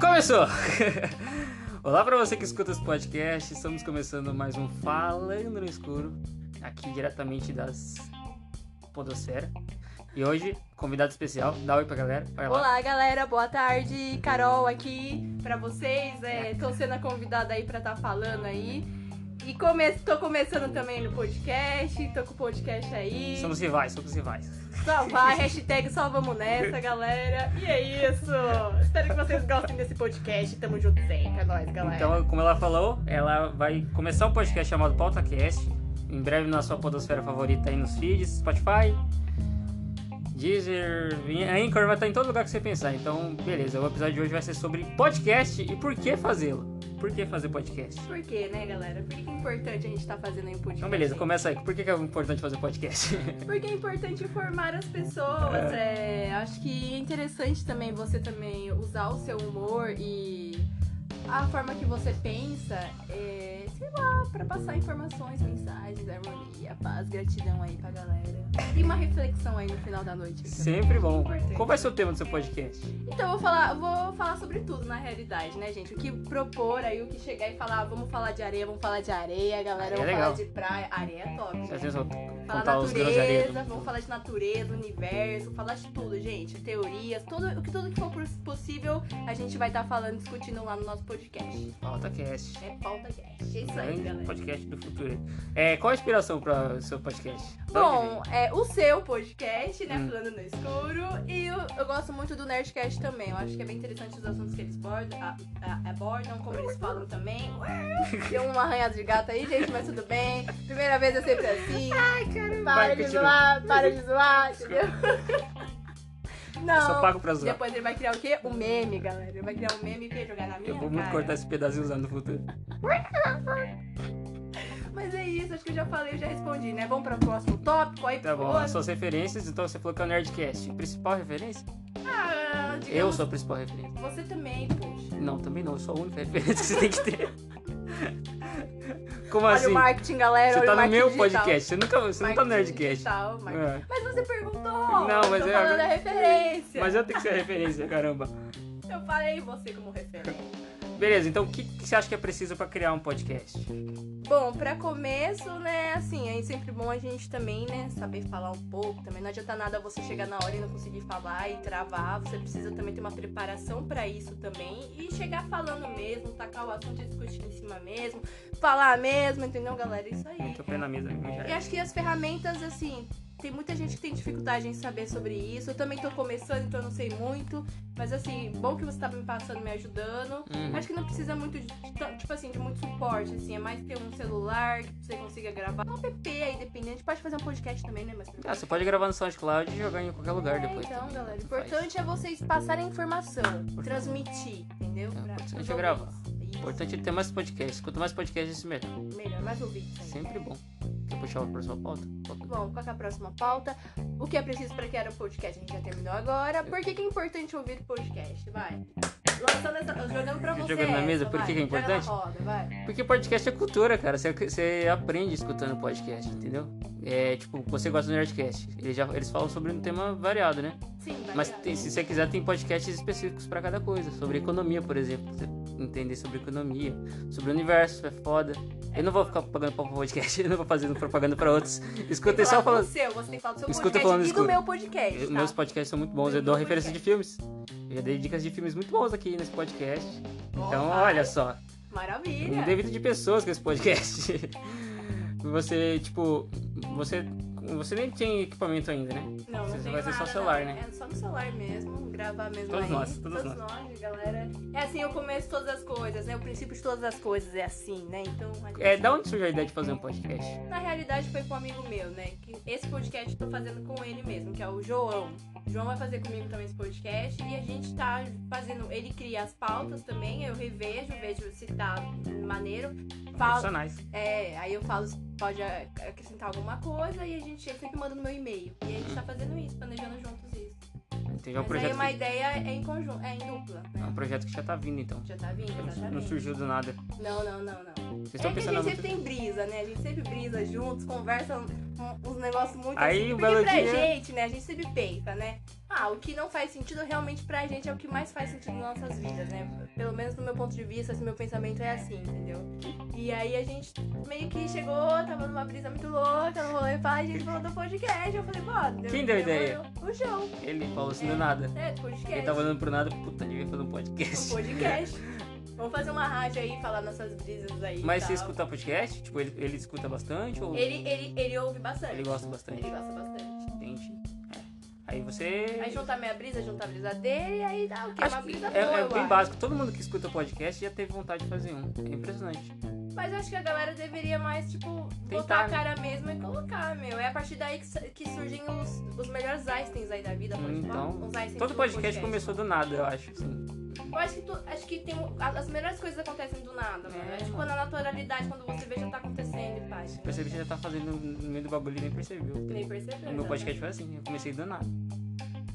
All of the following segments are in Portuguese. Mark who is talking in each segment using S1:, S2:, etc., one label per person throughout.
S1: Começou! Olá para você que escuta esse podcast, estamos começando mais um Falando no Escuro, aqui diretamente das Podosfera. E hoje, convidado especial, dá oi pra galera. Vai lá.
S2: Olá, galera, boa tarde. Carol aqui pra vocês. É, tô sendo a convidada aí pra tá falando aí. E come tô começando também no podcast, tô com o podcast aí.
S1: Somos rivais, somos rivais.
S2: Só vai, hashtag só vamos nessa, galera. E é isso. Espero que vocês gostem desse podcast. Tamo junto sempre. É nóis, galera.
S1: Então, como ela falou, ela vai começar um podcast chamado PautaCast. Em breve na sua podosfera favorita aí nos feeds, Spotify, Deezer, Anchor, vai estar em todo lugar que você pensar. Então, beleza, o episódio de hoje vai ser sobre podcast e por que fazê-lo. Por que fazer podcast?
S2: Por quê, né, galera? Por que que é importante a gente tá fazendo aí um podcast?
S1: Então, beleza, começa aí. Por que que é importante fazer podcast?
S2: Porque é importante informar as pessoas. é, acho que é interessante também você também usar o seu humor e a forma que você pensa, é, sei lá, pra passar informações, mensagens, harmonia, paz, gratidão aí pra galera. E uma reflexão aí no final da noite.
S1: Sempre bom.
S2: Importante.
S1: Qual vai ser o tema do seu podcast?
S2: Então eu vou falar, vou falar sobre tudo na realidade, né, gente? O que propor aí, o que chegar e falar, "Ah, vamos falar de areia, vamos falar de areia,
S1: Areia
S2: galera,
S1: é
S2: vamos
S1: legal.
S2: falar de praia. Areia é top. né?
S1: Às vezes eu vou
S2: Falar
S1: contar os grãos de areia.
S2: natureza, vamos falar de natureza, universo, falar de tudo, gente. Teorias, tudo, o que- tudo que for pos- possível, a gente vai estar falando, discutindo lá no nosso podcast.
S1: PautaCast.
S2: É pauta cast. É isso aí,
S1: Grande
S2: galera.
S1: podcast do futuro. É, qual a inspiração para o seu podcast? Da onde
S2: Bom, é o seu podcast, né?
S1: Hum.
S2: Falando no escuro. E eu, eu gosto muito do Nerdcast também. Eu acho que é bem interessante os assuntos que eles abordam, a- a- abordam como eles falam também. Deu um arranhado de gato aí, gente, mas tudo bem. Primeira vez é sempre assim. Ai, caramba. Para
S1: Vai,
S2: de
S1: continua.
S2: zoar, para de zoar, entendeu?
S1: vem? Eu só
S2: Não.
S1: pago pra zoar.
S2: Depois ele vai criar o quê? Um meme, galera. Ele vai criar um meme que ia jogar na minha
S1: Eu vou muito
S2: cara.
S1: cortar esse pedacinho usando no futuro.
S2: Mas é isso, acho que eu já falei, eu já respondi, né? Vamos pro próximo tópico aí,
S1: Tá
S2: por
S1: bom,
S2: favor.
S1: as suas referências, então você falou que é o Nerdcast. Principal referência?
S2: Ah,
S1: Eu
S2: digamos,
S1: sou a principal referência.
S2: Você também, poxa.
S1: Não, também não, eu sou a única referência que você tem que ter. Como
S2: Olha
S1: assim?
S2: o marketing, galera.
S1: você
S2: olha
S1: tá
S2: o
S1: no
S2: marketing
S1: meu
S2: digital.
S1: podcast, você nunca você não tá no
S2: Marketing
S1: Nerdcast.
S2: digital, marketing-
S1: É.
S2: Mas você perguntou!
S1: Não, mas
S2: eu tô
S1: é-
S2: falando a referência.
S1: Mas eu tenho que ser a referência, caramba.
S2: Eu falei você como referência.
S1: Beleza, então o que, que você acha que é preciso pra criar um podcast?
S2: Bom, pra começo, né, assim, é sempre bom a gente também, né, saber falar um pouco. Também não adianta nada você chegar na hora e não conseguir falar e travar. Você precisa também ter uma preparação pra isso também. E chegar falando mesmo, tacar o assunto e discutir em cima mesmo. Falar mesmo, entendeu, galera? Isso aí.
S1: Muito pé na mesa. já
S2: E
S1: era.
S2: acho que as ferramentas, assim, tem muita gente que tem dificuldade em saber sobre isso. Eu também tô começando, então eu não sei muito. Mas assim, bom que você tá me passando, me ajudando.
S1: Hum.
S2: Acho que não precisa muito de, de tan- tipo assim, de muito suporte, assim. É mais ter um celular que você consiga gravar. Um app aí, dependente. Pode fazer um podcast também, né? Mas
S1: Ah, você pode gravar no SoundCloud e jogar em qualquer lugar
S2: É,
S1: depois.
S2: então,
S1: também.
S2: galera, o
S1: Tanto faz.
S2: importante é vocês passarem a informação, transmitir,
S1: É,
S2: entendeu? Pra-
S1: importante
S2: pros
S1: é gravar.
S2: ouvintes. Isso,
S1: importante é ter mais podcasts. Quanto mais podcasts, isso melhor.
S2: melhor, mais ouvintes aí.
S1: Sempre bom. Quer puxar pra sua pauta? Pauta.
S2: Bom, qual que é a próxima pauta? O que é preciso pra criar um podcast? A gente já terminou agora. Por que, que é importante ouvir podcast? Vai. Lançando essa, jogando pra você.
S1: Jogando na
S2: essa,
S1: mesa, por
S2: vai.
S1: que que é
S2: Joga
S1: importante?
S2: na roda, vai.
S1: Porque podcast é cultura, cara. Você, você aprende escutando podcast, entendeu? É tipo, você gosta do Nerdcast. Eles, já, eles falam sobre um tema variado, né?
S2: Sim, vai.
S1: Mas
S2: vai.
S1: tem- se você quiser, tem podcasts específicos pra cada coisa. Sobre economia, por exemplo. Você entender sobre economia, sobre o universo, é foda. Eu não vou ficar pagando pra podcast, eu não vou fazendo propaganda pra outros.
S2: Tem
S1: Escutem
S2: que
S1: só
S2: falar
S1: falando.
S2: do seu, você tem que falar do seu
S1: Escuta
S2: podcast
S1: falando
S2: e
S1: escuro.
S2: do meu podcast,
S1: Eu-
S2: tá?
S1: Meus podcasts são muito bons, eu
S2: Meu
S1: dou
S2: podcast.
S1: referência de filmes. Eu já dei dicas de filmes muito bons aqui nesse podcast.
S2: Ó,
S1: Então,
S2: vai.
S1: olha só,
S2: Maravilha.
S1: um devido de pessoas com esse podcast. Você, tipo, você, você nem tem equipamento ainda, né?
S2: Não,
S1: Você
S2: não tem
S1: vai ser só
S2: nada,
S1: celular,
S2: não.
S1: né?
S2: É só no celular mesmo, gravar mesmo
S1: Todos
S2: aí.
S1: nós, todos
S2: nós. galera. É assim, eu começo todas as coisas, né? O princípio de todas as coisas é assim, né? Então, a gente
S1: É, da onde surgiu a ideia de fazer um podcast?
S2: Na realidade foi com um amigo meu, né? Que esse podcast eu tô fazendo com ele mesmo, que é o João. O João vai fazer comigo também esse podcast e a gente tá fazendo. Ele cria as pautas também, eu revejo, vejo se tá maneiro. Falo,
S1: Profissionais.
S2: é, aí eu falo se pode a- acrescentar alguma coisa e a gente ele sempre manda no meu e-mail. E a gente tá fazendo isso, planejando juntos isso.
S1: Então já é um
S2: Mas aí
S1: projeto
S2: uma
S1: que,
S2: ideia é em conjunto, é em dupla,
S1: é um
S2: né?
S1: projeto que já tá vindo, então.
S2: Já tá vindo,
S1: Não,
S2: exatamente.
S1: não surgiu do nada.
S2: Não, não, não, não.
S1: Vocês
S2: É
S1: estão
S2: que a
S1: pensando
S2: gente
S1: em
S2: sempre tem brisa, né? A gente sempre brisa juntos, conversa um- um- uns negócios muito
S1: Aí,
S2: assim.
S1: um
S2: Porque
S1: belo
S2: pra
S1: dia-
S2: gente, né? A gente sempre peita, né? Ah, o que não faz sentido realmente pra gente é o que mais faz sentido nas nossas vidas, né? Pelo menos do meu ponto de vista, assim, meu pensamento é assim, entendeu? E aí a gente meio que chegou, tava numa brisa muito louca, no rolê, pá, a gente falou do podcast, eu falei, bora.
S1: Quem deu a ideia?
S2: O João,
S1: Ele falou assim do nada.
S2: né? Do podcast.
S1: Ele tava olhando pro nada, puta, devia fazer um
S2: Um
S1: podcast.
S2: podcast. Vamos fazer uma rádio aí, falar nossas brisas aí. e
S1: Mas
S2: tal.
S1: você escuta podcast? Tipo, ele, ele escuta bastante ou ele,
S2: Ele, ele, ele ouve bastante.
S1: gosta bastante?
S2: Ele gosta bastante.
S1: Entende? É. Aí você.
S2: Aí juntar minha brisa, juntar a brisa dele, aí dá o quê?
S1: Acho
S2: uma
S1: que
S2: brisa
S1: é,
S2: boa,
S1: é
S2: eu
S1: bem
S2: acho.
S1: básico. Todo mundo que escuta podcast já teve vontade de fazer um. É impressionante.
S2: Mas eu acho que a galera deveria mais, tipo, botar
S1: Tentar, né?
S2: a cara mesmo e colocar, meu. É a partir daí que, sa- que surgem os, os melhores Einsteins aí da vida, pode falar?
S1: Então,
S2: Os Einsteins
S1: Todo
S2: do
S1: podcast
S2: né?
S1: começou do nada, eu acho. Assim.
S2: Eu acho que, tu- acho que tem, o- a- as melhores coisas acontecem do nada, mano. É,
S1: É,
S2: tipo,
S1: mano.
S2: na naturalidade, quando você vê, já tá acontecendo, pai.
S1: Percebi que já tá fazendo no meio do bagulho e nem percebeu.
S2: Nem né?
S1: O
S2: percebeu.
S1: meu podcast foi assim, eu comecei do nada.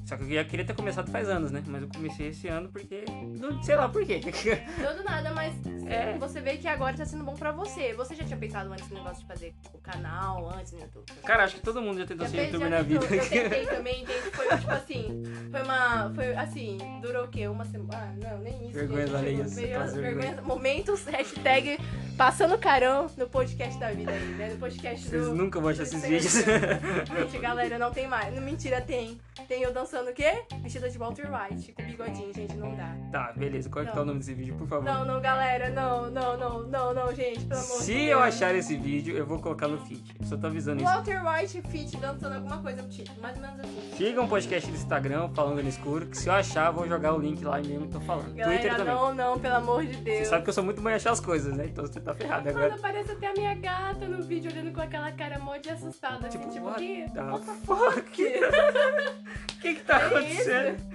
S1: Só que eu já queria ter começado faz anos, né? Mas eu comecei esse ano porque. Não sei lá por quê.
S2: Não do nada, mas
S1: É.
S2: você vê que agora tá sendo bom pra você. Você já tinha pensado antes no negócio de fazer tipo, canal, antes no YouTube?
S1: Cara, acho que todo mundo já tentou
S2: Já
S1: ser
S2: fez-
S1: youtuber
S2: já
S1: na vida.
S2: tentou. Eu tentei também, tentei, foi tipo assim, foi uma, foi assim, durou o quê? Uma semana? Ah, não, nem isso.
S1: Vergonhas
S2: gente. tipo,
S1: alheias,
S2: Vergonha-
S1: aquelas vergonhas.
S2: vergonhas- momentos, hashtag, passando carão no podcast da vida aí, né? No podcast
S1: Vocês
S2: do...
S1: nunca vão achar esses vídeos.
S2: Gente, galera, não tem mais. Não, mentira, tem. Tem eu dançando o quê? Vestida de Walter White, com bigodinho, gente, não dá.
S1: tá, beleza. Qual é que tá
S2: Não.
S1: o nome desse vídeo, por favor?
S2: Não, não, galera, não, não, não, não, não, gente, pelo amor de
S1: Se
S2: Deus.
S1: eu achar esse vídeo, eu vou colocar no feed. Só tô avisando isso.
S2: Walter White Fit dançando alguma coisa, tipo, mais ou menos assim.
S1: Siga um podcast do Instagram, falando no escuro, que se eu achar, vou jogar o link lá e mesmo tô falando. Twitter
S2: Galera,
S1: também.
S2: não, não, pelo amor de
S1: Você
S2: Deus.
S1: sabe que eu sou muito bom em achar as coisas, né? Então você tá ferrado
S2: Mano,
S1: agora.
S2: aparece até a minha gata no vídeo olhando com aquela cara mó de assustada. assim,
S1: Tipo,
S2: Tipo,
S1: what
S2: que?
S1: the
S2: What the
S1: fuck?
S2: fuck?
S1: O que que tá
S2: É isso?
S1: acontecendo?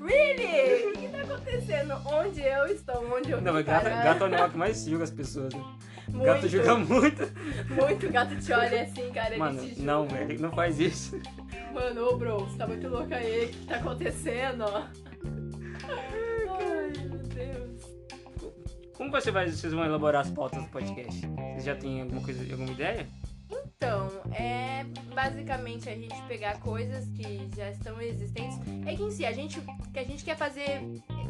S2: Really? O que tá acontecendo? Onde eu estou? Onde eu
S1: Não, mas
S2: estou?
S1: gato, gato é o animal que mais julga as pessoas. Né?
S2: muito,
S1: Gato julga muito.
S2: muito gato te olha assim, cara.
S1: Mano,
S2: ele te julga.
S1: não, velho, não faz isso.
S2: Mano, ô bro, você tá muito louco aí. O que tá acontecendo? Ai, meu Deus.
S1: Como você vai, vocês vão elaborar as pautas do podcast? Vocês já têm alguma coisa, alguma ideia?
S2: Então, é basicamente a gente pegar coisas que já estão existentes. É que em si, a gente, que a gente quer fazer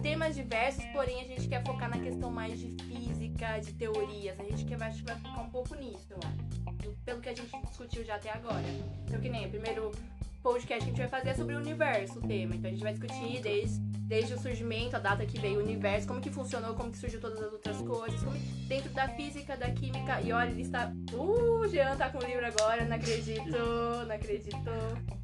S2: temas diversos, porém a gente quer focar na questão mais de física, de teorias. A gente quer, acho que vai focar um pouco nisso, eu acho. do- Pelo que a gente discutiu já até agora. Então, que nem o primeiro podcast que a gente vai fazer é sobre o universo, o tema. Então a gente vai discutir desde, desde o surgimento, a data que veio o universo, como que funcionou, como que surgiu todas as outras coisas, como dentro da física, da química. E olha, ele está. Uh, o Jean tá com o livro agora, não acredito, não acredito.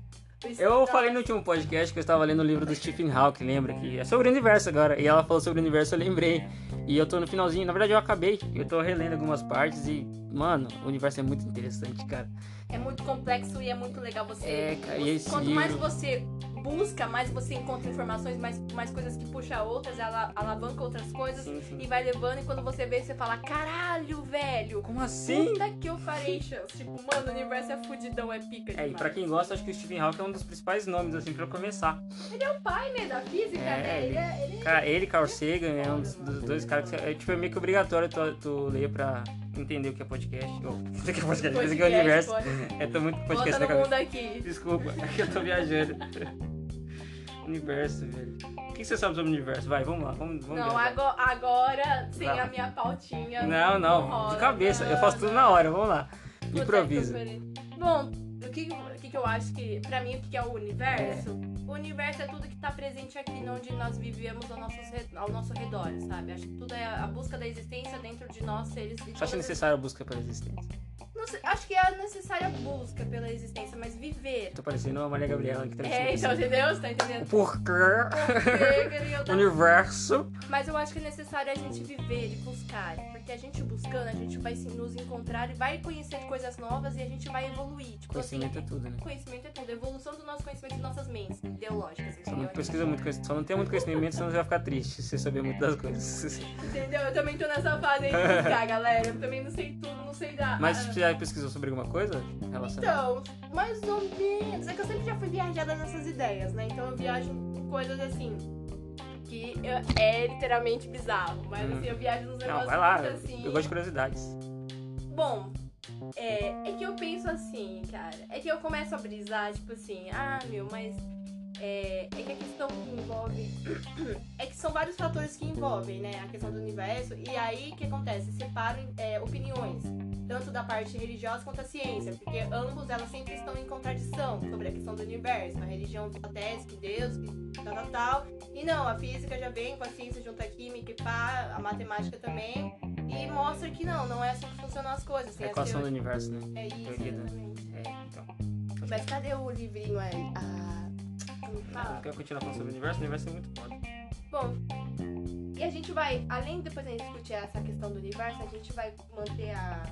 S1: Eu
S2: Está-
S1: falei no último podcast que eu estava lendo o livro do Stephen Hawking, lembra? Que é sobre o universo agora. E ela falou sobre o universo, eu lembrei. E eu tô no finalzinho. Na verdade, eu acabei. Eu tô relendo algumas partes e, mano, o universo é muito interessante, cara.
S2: É muito complexo e é muito legal você.
S1: É, cara, e esse
S2: quanto mais
S1: livro-
S2: você busca, mais você encontra informações, mais, mais coisas que puxa outras, ela alavanca outras coisas
S1: Sim, sim.
S2: e vai levando. E quando você vê, você fala: caralho, velho!
S1: Como assim?
S2: Puta que eu farei, chance. Tipo, mano, o universo é fudidão, é pica.
S1: É, e
S2: demais.
S1: pra quem gosta, acho que o Stephen Hawking é um dos principais nomes, assim, pra eu começar.
S2: O pai, né, da física,
S1: É,
S2: né? Ele,
S1: ele-
S2: é- ele
S1: Cara, ele e Carl Sagan é um dos, dos dois caras que... É, tipo, é meio que obrigatório tu, tu ler pra entender o que é podcast. Ou, o que é podcast, mas o que é universo.
S2: pode-
S1: É, tô muito
S2: né, tipo, Bota
S1: podcast na
S2: no
S1: cabeça.
S2: mundo aqui.
S1: Desculpa, é que eu tô viajando. universo, velho. O que você sabe sobre o universo? Vai, vamos lá, vamos, vamos
S2: Não,
S1: viajar.
S2: agora, agora, sem
S1: Não.
S2: a minha pautinha.
S1: Não, não,
S2: rola.
S1: de cabeça. Eu faço tudo
S2: Não,
S1: na hora, vamos lá.
S2: Puta,
S1: Improvisa.
S2: que eu falei. Bom, o que, o que que eu acho que, pra mim, o que que é o universo? O universo é tudo que tá presente aqui, onde nós vivemos ao nosso, ao nosso redor, sabe? Acho que tudo é a busca da existência dentro de nós, seres. e
S1: Só
S2: todas
S1: acho
S2: as-
S1: necessário a busca pela existência.
S2: Não sei, acho que é a necessária busca pela existência, mas viver.
S1: Tô parecendo uma Maria Gabriela que tá
S2: É, então, entendeu? Você tá entendendo?
S1: Porque
S2: Porque, querido, tá-
S1: universo.
S2: Mas eu acho que é necessário a gente viver e buscar. Porque a gente buscando, a gente vai se- nos encontrar e vai conhecer coisas novas e a gente vai evoluir. Tipo assim,
S1: Conhecimento é tudo, né?
S2: conhecimento é tudo. A evolução do nosso conhecimento de nossas mentes ideológicas,
S1: Só não
S2: entendeu?
S1: pesquisa muito conhecimento. Só não tem muito conhecimento, senão você vai ficar triste se você saber muito das coisas.
S2: Entendeu? Eu também tô nessa fase aí de buscar, galera. Eu também não sei tudo, não sei dar.
S1: Mas
S2: Ah,
S1: você já pesquisou sobre alguma coisa? Relacionada?
S2: Então, mais ou menos. É que eu sempre já fui viajada nessas ideias, né? Então eu viajo em coisas assim. Que eu- é literalmente bizarro. Mas
S1: Hum.
S2: assim, eu viajo nos
S1: Não,
S2: negócios
S1: vai lá.
S2: muito assim.
S1: Eu gosto de curiosidades.
S2: Bom, é, é que eu penso assim, cara. É que eu começo a brisar, tipo assim, ah, meu, mas. É, é que a questão que envolve. É que são vários fatores que envolvem, né? A questão do universo. E aí o que acontece? Separam é, opiniões. Tanto da parte religiosa quanto a ciência. Porque ambos elas sempre estão em contradição sobre a questão do universo. A religião a tese que Deus, que tal, tal, tal. E não, a física já vem com a ciência junto a química e pá, a matemática também. E mostra que não, não é assim que funcionam as coisas.
S1: É
S2: Tem
S1: a
S2: as
S1: equação do
S2: teorias-
S1: universo, né?
S2: É isso,
S1: teoria da-
S2: exatamente.
S1: É, então.
S2: Mas cadê o livrinho aí? Ah, como
S1: Ah.
S2: fala?
S1: Quer continuar falando sobre o universo? O universo é muito foda.
S2: Bom, e a gente vai, além depois de discutir essa questão do universo, a gente vai manter a,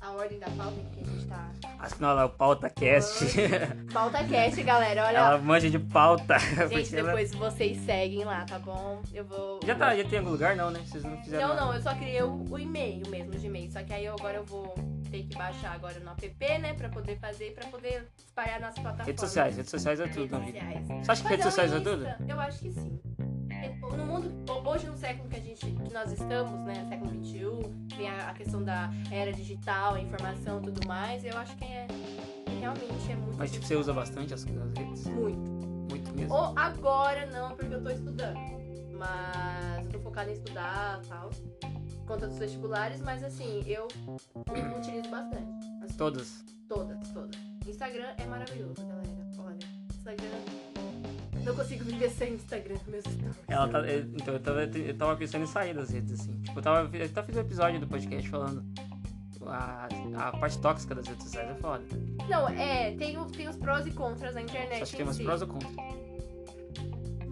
S2: a ordem da pauta que a gente tá.
S1: Afinal, ela é o PautaCast.
S2: Pauta cast, galera, olha.
S1: ela manja de pauta.
S2: Gente,
S1: porque ela- é
S2: depois vocês seguem lá, tá bom? Eu vou.
S1: Já tá, já tem algum lugar? Não, né? Vocês não fizeram
S2: Não,
S1: nada.
S2: não, eu só criei o, o e-mail mesmo, o Gmail. Só que aí eu, agora eu vou ter que baixar agora no app, né? Pra poder fazer e pra poder espalhar nas plataformas.
S1: Redes sociais, redes sociais é tudo,
S2: Redes
S1: amigo.
S2: sociais.
S1: Você acha que
S2: Mas
S1: redes
S2: é um
S1: sociais é
S2: Insta,
S1: tudo?
S2: Eu acho que sim. É, No mundo, hoje no século que a gente, que nós estamos, né, século XXI, tem a, a questão da era digital, a informação e tudo mais, eu acho que é que realmente é muito.
S1: Mas tipo, você usa bastante as, as redes?
S2: muito.
S1: Muito mesmo.
S2: Ou agora não, porque eu tô estudando. Mas eu tô focada em estudar e tal. por Conta dos vestibulares, mas assim, eu utilizo bastante. Assim,
S1: Todas.
S2: Todas, todas. Instagram é maravilhoso, galera. Olha, Instagram. Não consigo viver sem Instagram, meus stories.
S1: Ela tá, eu- então, eu tava, eu tava pensando em sair das redes, assim. Tipo, eu tava. Eu até fiz um episódio do podcast falando. A, a parte tóxica das redes sociais é foda.
S2: Não, é, tem, o- tem os prós e contras da
S1: Você
S2: internet.
S1: acha que tem
S2: em
S1: umas
S2: si.
S1: prós ou contra?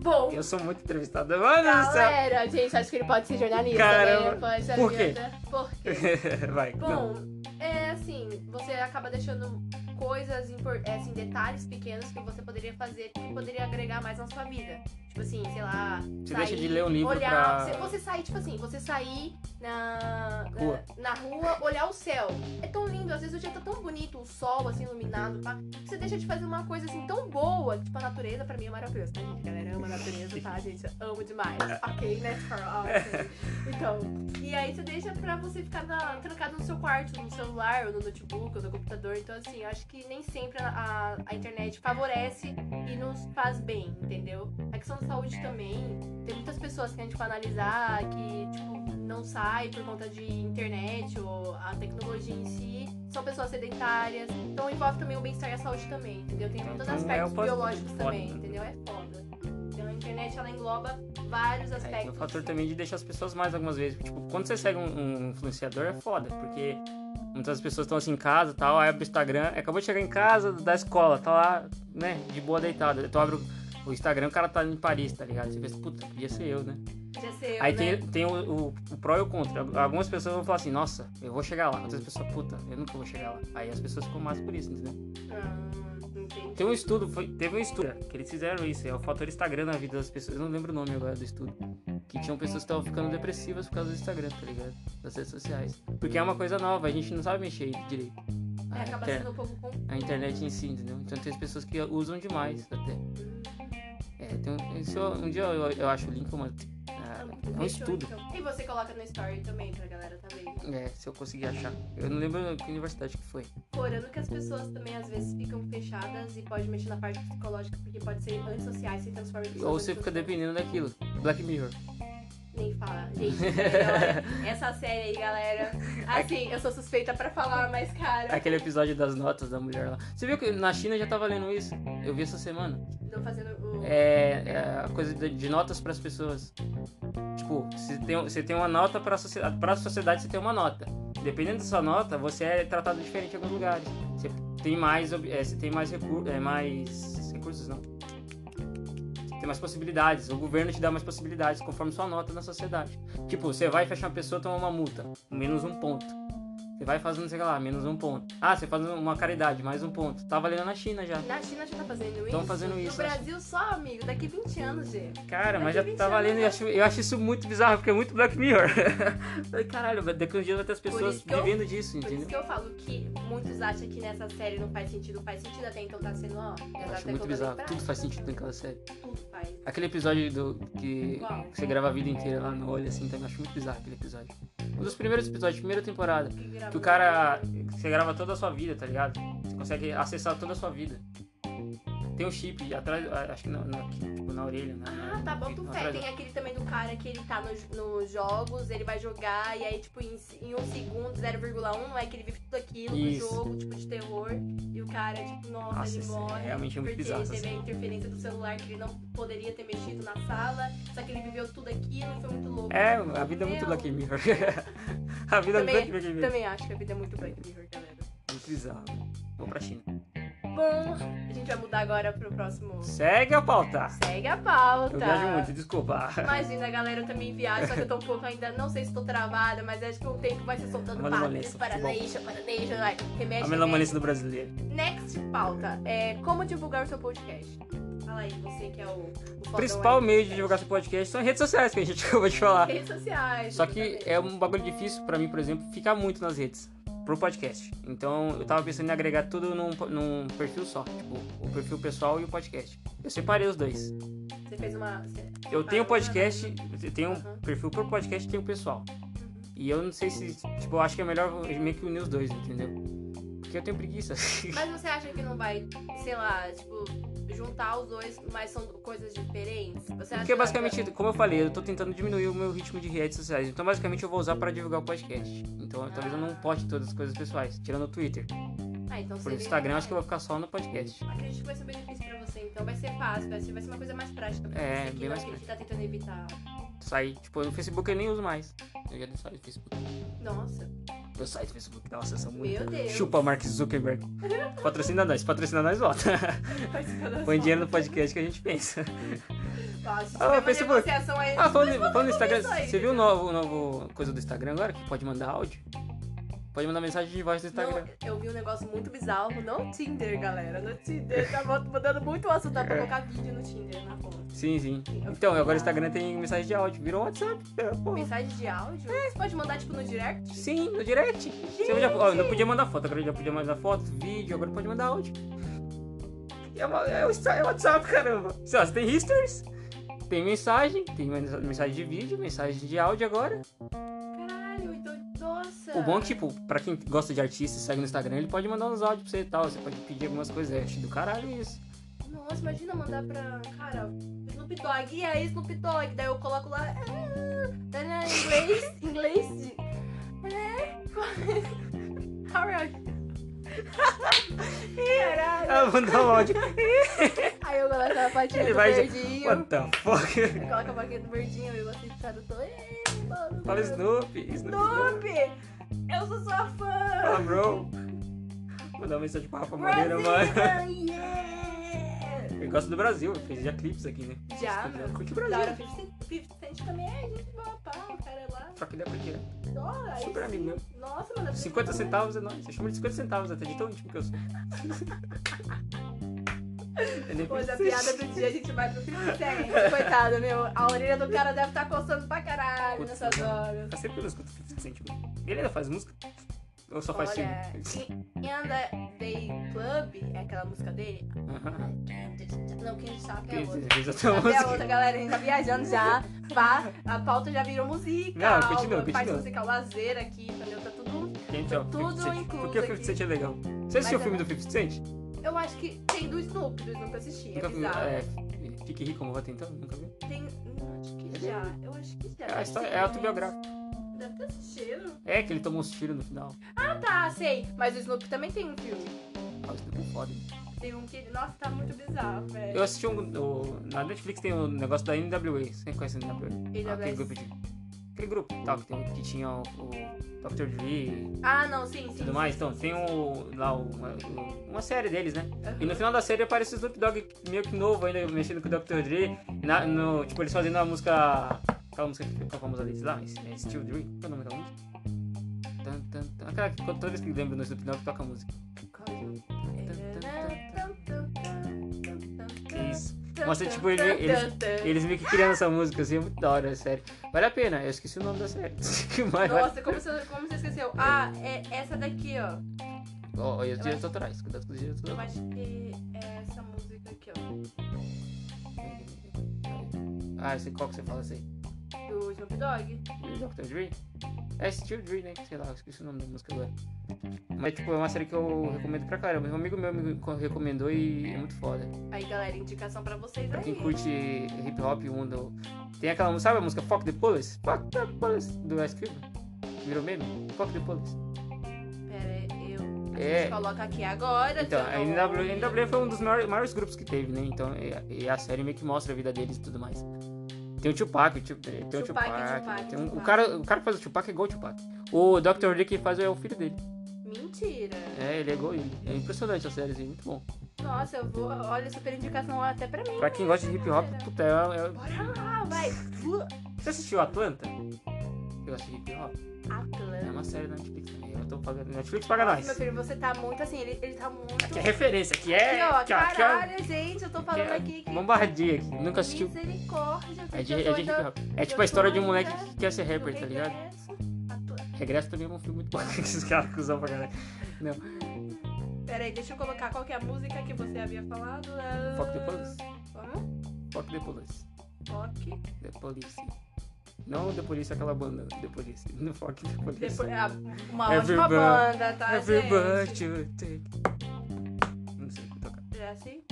S2: Bom,
S1: Eu sou muito entrevistada. Mano do céu!
S2: galera, gente, acho que ele pode ser jornalista,
S1: Caramba.
S2: né? Pode ser
S1: Por quê?
S2: aviada. Por quê?
S1: Vai, não.
S2: Bom, é assim, você acaba deixando coisas, impor- é, assim, detalhes pequenos que você poderia fazer, que poderia agregar mais na sua vida. Tipo assim, sei lá,
S1: Você
S2: sair,
S1: deixa de ler um livro
S2: olhar,
S1: pra.
S2: você, você sair, tipo assim, você sair na na-
S1: Rua.
S2: na rua, olhar o céu. É tão lindo, às vezes o dia tá tão bonito, o sol assim iluminado, pá, que você deixa de fazer uma coisa assim tão boa, tipo a natureza pra mim é maravilhosa, tá gente? Galera, ama a natureza, tá gente? Amo demais.
S1: É.
S2: OK, né, Carl? Ok. Então, e aí você deixa pra você ficar na- trancado no seu quarto, no celular, ou no notebook, ou no computador. Então, assim, eu acho que nem sempre a, a- a internet favorece e nos faz bem, entendeu? A questão da saúde também. Tem muitas pessoas que a gente for analisar que, tipo, não sai por conta de internet ou a tecnologia em si. São pessoas sedentárias. Então envolve também o bem-estar e a saúde também, entendeu? Tem muitos
S1: Então, é
S2: aspectos
S1: o pós-
S2: biológicos
S1: foda.
S2: também, entendeu? É foda. Então a internet, ela engloba vários
S1: É,
S2: aspectos.
S1: tem o fator também de deixar as pessoas mais algumas vezes. Tipo, quando você segue um, um influenciador é foda, porque muitas pessoas estão assim em casa e tal, aí abre o Instagram, é, acabou de chegar em casa da escola, tá lá, né, de boa deitada. Então abre o, o Instagram, o cara tá em Paris, tá ligado? Você pensa, puta, podia ser eu, né?
S2: Podia ser eu,
S1: aí
S2: né?
S1: tem, tem o, o, o pró e o contra. Algumas pessoas vão falar assim, nossa, eu vou chegar lá. Outras pessoas, puta, eu nunca vou chegar lá. Aí as pessoas ficam más por isso, entendeu?
S2: Ah, entendi.
S1: Tem um estudo, foi- teve um estudo que eles fizeram isso, é o fator Instagram na vida das pessoas. Eu não lembro o nome agora do estudo. Que tinham pessoas que estavam ficando depressivas por causa do Instagram, tá ligado? Das redes sociais. Porque é uma coisa nova, a gente não sabe mexer direito. A,
S2: É, acaba
S1: inter-
S2: sendo um pouco com...
S1: a internet em si, entendeu? Então tem as pessoas que usam demais até. É, tem um, se eu- um dia eu, eu acho o link, eu mando.
S2: Tá
S1: Ah, É um
S2: Então, Fechou,
S1: estudo.
S2: então. E você coloca no story também pra galera tá vendo.
S1: É, se eu conseguir achar. Eu não lembro que universidade que foi.
S2: Corando que as pessoas também às vezes ficam fechadas e pode mexer na parte psicológica, porque pode ser antissociais, se transforma em
S1: Ou
S2: pessoas
S1: você fica
S2: antissociais.
S1: dependendo daquilo. Black Mirror.
S2: Nem fala. Gente, olha, essa série aí, galera. Assim, eu sou suspeita pra falar, mas cara,
S1: Aquele episódio das notas da mulher lá. Você viu que na China já tá valendo isso? Eu vi essa semana.
S2: não fazendo o.
S1: É, é a coisa de, de notas pras pessoas. Tipo, você tem, você tem uma nota pra sociedade, pra sociedade você tem uma nota. Dependendo da sua nota, você é tratado diferente em alguns lugares. Você tem mais, ob- é, você tem mais recursos, é, mais recursos não. Você tem mais possibilidades. O governo te dá mais possibilidades conforme sua nota na sociedade. Tipo, você vai fechar uma pessoa, toma uma multa, menos um ponto. Você vai fazendo, sei lá, menos um ponto. Ah, você faz uma caridade, mais um ponto. Tá valendo na China já.
S2: Na China já tá fazendo isso.
S1: Tão fazendo isso,
S2: No Brasil só, amigo. Daqui 20 anos, Gê.
S1: Cara, mas
S2: Daqui
S1: já
S2: 20
S1: tá
S2: anos
S1: valendo. Eu
S2: vai-
S1: acho, eu acho isso muito bizarro, porque é muito Black Mirror. Falei, Caralho, daqui uns dias vai ter as pessoas
S2: isso que eu-
S1: vivendo disso,
S2: Por isso
S1: entendeu?
S2: que eu falo que muitos acham que nessa série não faz sentido. Faz sentido até então tá sendo, ó.
S1: Eu acho
S2: já tá até
S1: muito
S2: colocando
S1: bizarro.
S2: em prática.
S1: Tudo faz sentido né, naquela série.
S2: Tudo faz.
S1: Aquele episódio do que
S2: Qual?
S1: você grava a vida inteira lá no olho, assim, também acho muito bizarro aquele episódio. Um dos primeiros episódios, primeira temporada.
S2: Tá
S1: Que o cara. Você grava toda a sua vida, tá ligado? Você consegue acessar toda a sua vida. Tem um chip atrás, a- acho que na, na- tipo, na orelha, né?
S2: Ah, tá, bota o fé.
S1: Atrás da-
S2: Tem aquele também do cara que ele tá nos nos jogos, ele vai jogar e aí, tipo, em, em um segundo, 0,1, é que ele vive tudo aquilo
S1: Isso.
S2: no jogo, tipo, de terror. E o cara, tipo, nossa,
S1: Nossa,
S2: ele
S1: isso é
S2: morre.
S1: realmente muito
S2: porque
S1: bizarro,
S2: teve
S1: assim.
S2: a interferência do celular que ele não poderia ter mexido na sala, só que ele viveu tudo aquilo e foi muito louco.
S1: É, a vida é muito
S2: Meu.
S1: Black Mirror. a vida é
S2: Também-
S1: muito Black Mirror.
S2: Também acho que a vida é muito Black Mirror, galera.
S1: Muito bizarro. Vou pra China.
S2: Bom, a gente vai mudar agora pro próximo.
S1: Segue a pauta.
S2: Segue a pauta.
S1: Eu viajo muito, desculpa.
S2: Imagina, galera, eu também viajo, só que eu tô um pouco ainda, não sei se tô travada, mas acho que um tempo vai se soltando
S1: Manda uma
S2: partes,
S1: lista,
S2: paranoia, paranoia, vai, remédio,
S1: A
S2: remédio.
S1: melamanência do brasileiro.
S2: Next pauta, é como divulgar o seu podcast. Fala aí, você que é o... o
S1: O
S2: fodão
S1: principal
S2: aí do
S1: meio de
S2: podcast.
S1: divulgar seu podcast são as redes sociais, que a gente acabou de falar.
S2: Redes sociais.
S1: Só que
S2: exatamente.
S1: é um bagulho difícil pra mim, por exemplo, ficar muito nas redes pro podcast. Então eu tava pensando em agregar tudo num, num perfil só. Tipo, o perfil pessoal e o podcast. Eu separei os dois.
S2: Você fez uma... você-
S1: Eu tenho
S2: parou,
S1: podcast,
S2: né?
S1: eu tenho um
S2: Aham.
S1: perfil pro podcast e tenho pessoal. E eu não sei se, tipo, eu acho que é melhor meio que unir os dois, entendeu? Porque eu tenho preguiça.
S2: Mas você acha que não vai, sei lá, tipo, juntar os dois, mas são coisas diferentes? Você acha
S1: Porque é
S2: que-
S1: basicamente, como eu falei, eu tô tentando diminuir o meu ritmo de redes sociais. Então, basicamente, eu vou usar pra divulgar o podcast. Então, talvez eu não poste todas as coisas pessoais, tirando o Twitter.
S2: Ah, então
S1: Por
S2: seria-
S1: Instagram, acho que eu vou ficar só no podcast.
S2: Acredito que vai ser um benefício pra você, então vai ser fácil, vai ser, vai ser uma coisa mais prática pra
S1: É,
S2: você que
S1: bem
S2: não
S1: mais
S2: acredita, tá tentando evitar.
S1: Sair, tipo, no Facebook eu nem uso mais. Eu já nem saio do Facebook.
S2: Nossa,
S1: Eu saio do Facebook. Nossa, eu sou muito.
S2: meu Deus.
S1: Chupa Mark Zuckerberg. Patrocina nós, patrocina nós, volta.
S2: Tá
S1: Põe dinheiro no podcast que a gente pensa. Ah,
S2: Ah,
S1: Facebook.
S2: Facebook. Aí,
S1: Ah, falando, falando no
S2: depois vamos
S1: Instagram,
S2: conversar aí,
S1: você viu o
S2: entendeu?
S1: novo, o novo coisa do Instagram agora? Que pode mandar áudio? Pode mandar mensagem de voz no Instagram.
S2: Não, eu vi um negócio muito bizarro no Tinder, galera. No Tinder, tá bot- mudando muito o assunto. Dá pra colocar vídeo no Tinder na foto.
S1: Sim, sim. Então, agora o Instagram tem mensagem de áudio. Virou WhatsApp. É, pô.
S2: Mensagem de áudio?
S1: É.
S2: Você pode mandar, tipo, no direct?
S1: Sim, no direct. Você já, ó, não podia mandar foto, agora já podia mandar foto, vídeo, agora pode mandar áudio. É, uma- é o, Insta- é o WhatsApp, caramba. Sei lá, Você tem histories, tem mensagem, tem mensa- mensagem de vídeo, mensagem de áudio agora.
S2: Caralho, então, nossa.
S1: O bom é que, tipo, pra quem gosta de artista e segue no Instagram, ele pode mandar uns áudios pra você e tal. Você pode pedir algumas coisas. Eu acho do caralho isso.
S2: Nossa, imagina mandar pra, cara, Snoop Dogg. E aí, Snoop Dogg? Daí eu coloco lá. "Ah, Tá em inglês? inglês? de- É? How are you? Caralho.
S1: Ah, mandar um áudio.
S2: Aí eu coloco a patinha
S1: Ele
S2: do
S1: vai dizer,
S2: verdinho.
S1: what the fuck?
S2: Coloca a patinha do verdinho e você tradutor. Ei, mano.
S1: Fala Snoopy, Snoopy.
S2: Snoop! Eu sou sua fã!
S1: Fala, bro. Mandar uma mensagem pra Rafa Moreira, mano.
S2: Brasil! Yeah!
S1: Eu gosto do Brasil, eu fiz já clipes aqui, né?
S2: Já,
S1: Escuta,
S2: meu.
S1: Curte o
S2: Ah, Da hora,
S1: Brasil.
S2: 50 Cent também é gente boa, pá, o cara é lá.
S1: Troca ideia por dia.
S2: Dólar, aí
S1: Super
S2: sim.
S1: amigo meu.
S2: Nossa, mano.
S1: 50 né? centavos é nóis. Eu chamo de 50 centavos até de tão íntimo que eu sou. Eu É nem
S2: Depois da
S1: preciso.
S2: piada do dia, é, a gente vai pro 50 Cent. Coitado, meu. A orelha do cara deve estar coçando pra caralho
S1: Putz,
S2: nessas
S1: mano.
S2: horas.
S1: Eu Tá sempre que eu escuto 50 Cent, mano. Ele ainda faz música? Ou só faz filme?
S2: Olha, é. In In the Day Club, é aquela música dele? Ah,
S1: Aham.
S2: Não, quem sabe é a
S1: Porque
S2: outra.
S1: às vezes até
S2: Sabe a outra,
S1: música.
S2: galera? A gente tá viajando já. Pá, a pauta já virou musical.
S1: Não, continua,
S2: Faz
S1: continua.
S2: musical lazer aqui, entendeu? Tá tudo
S1: Então,
S2: Tudo
S1: 50 Cent.
S2: incluso
S1: Por que o 50
S2: aqui.
S1: Cent é legal? Você assistiu o
S2: é
S1: filme do
S2: bom.
S1: 50 Cent?
S2: Eu acho que tem do Snoop, do Snoop eu assisti, é
S1: Nunca viu?
S2: bizarro.
S1: É, Fique Rico, Morra Tentando? Nunca viu?
S2: Tem. hum, Acho que já. Eu acho que já.
S1: É, a história-
S2: Sim,
S1: é autobiográfico.
S2: mas Deve ter assistido.
S1: É que ele tomou uns tiros no final.
S2: Ah tá, sei. Mas o Snoop também tem um filme.
S1: Ah, isso é foda.
S2: Tem um que. Nossa, tá muito bizarro, velho.
S1: Eu assisti um. o- na Netflix tem um negócio da NWA. Você conhece a NWA?
S2: NWA.
S1: Aquele grupo de. Aquele grupo e tal, que, tem, um, que tinha o, o Dr. Dre
S2: Ah, não, sim, sim.
S1: e tudo mais.
S2: sim,
S1: Então,
S2: sim,
S1: tem
S2: sim, sim.
S1: o, lá o- uma, o- uma série deles, né? E no
S2: Aham.
S1: final da série aparece o Snoop Dogg meio que novo ainda, mexendo com o Dr. Dre. Na, no, tipo, eles né? fazendo a música. Aquela música que ficou famosa deles lá, é Steel Dre. Qual é o nome da música? Da tan, tan, tan. Aquela que toda vez que lembro no Snoop Dogg toca a música. Que isso. Mostra, tipo, ele- eles- Eles meio que criando essa música assim, é muito da hora, é sério. Vale a pena, eu esqueci o nome da série. Mas,
S2: Nossa, como assim? você, como você esqueceu? Ah, é essa daqui, ó.
S1: Ó, olha os
S2: eu
S1: direitos
S2: acho-
S1: autorais, cuidado com os direitos
S2: Eu
S1: autorais.
S2: acho que é essa música aqui, ó. é.
S1: Ah, esse qual que você fala assim?
S2: Do Snoop Dogg.
S1: Dr. Dre? É Steel Dre, né? Sei lá, eu esqueci o nome da música agora. Mas, tipo, é uma série que eu recomendo pra caramba. Um amigo meu me co- recomendou e é muito foda.
S2: Aí, galera, indicação pra vocês
S1: Pra
S2: aí.
S1: quem curte hip hop, mundo. Tem aquela música, sabe a música Fuck the Police? Fuck the Police do Ice Cube. Virou meme? Fuck the Police.
S2: Pera, eu. A
S1: É.
S2: gente coloca aqui agora.
S1: Então,
S2: que
S1: a
S2: eu não-
S1: NW, NWA foi um dos maiores, maiores grupos que teve, né? Então, e, e a série meio que mostra a vida deles e tudo mais. Tem o Tupac, o Tup- tem o
S2: Tupac,
S1: Tupac,
S2: Tupac,
S1: tem um- o,
S2: Tupac.
S1: cara, o cara que faz o Tupac é igual o Tupac. O Dr. Dre que faz é o filho dele.
S2: Mentira.
S1: É, ele é igual ele. É impressionante a série, assim, muito bom.
S2: Nossa, eu vou. Olha, super indicação é até pra mim.
S1: Pra quem gosta de hip hop, puta, é, é...
S2: Bora lá, vai.
S1: Você assistiu Atlanta? Eu gosto de hip hop. É
S2: Atlanta.
S1: uma série da Netflix também. Eu tô pagando. Netflix paga nós.
S2: Meu filho, você tá muito assim, ele, ele tá muito.
S1: Que é referência, que é.
S2: Aqui, ó,
S1: que, ó, que, ó,
S2: caralho, gente, eu tô
S1: que
S2: falando
S1: é
S2: aqui que.
S1: Bombardia aqui. Nunca assistiu.
S2: Misericórdia,
S1: É de,
S2: eu
S1: é
S2: tô
S1: de hip
S2: ainda-
S1: hop. É tipo a história de um moleque que quer ser
S2: eu
S1: rapper, tá ligado?
S2: regresso a tua-
S1: Regresso também é um filme muito bom. Esses caras que usam pra caralho. Não,
S2: Pera aí, deixa eu colocar qual que é a música que você havia falado. É...
S1: Fuck the Police.
S2: Como?
S1: Fuck the Police.
S2: Fuck.
S1: The Police. Não The Police, aquela banda. The Police. No Fuck the Police. Ah,
S2: Depois, é uma ótima
S1: Everybody-
S2: banda, tá,
S1: é Everybody
S2: gente?
S1: should take. Não sei o que tocar.
S2: É assim?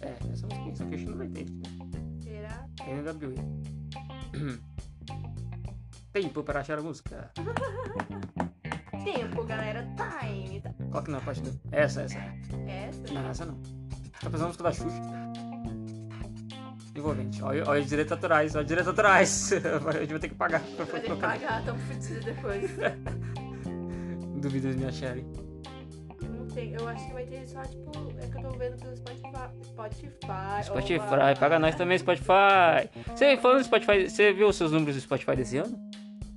S1: É, essa música só que a gente É não vai ter.
S2: Será?
S1: NWA. Tempo para achar a música.
S2: Tempo, galera. Time. Tá-
S1: Qual que não é a parte do... Essa, essa.
S2: Essa?
S1: Não, essa não. Tá pensando na música da Xuxa. Envolvente. Olha, olha os direitos autorais, olha os direitos autorais. A gente vai ter é que pagar pra
S2: Pra gente
S1: colocar.
S2: pagar, tamo fudido um depois.
S1: Duvido de me acharem.
S2: Não tem, eu acho que vai ter só, tipo, é que eu tô vendo pelo Spotify. Spotify.
S1: Spotify, paga nós também, Spotify. Você falando do Spotify, você viu os seus números do Spotify desse ano?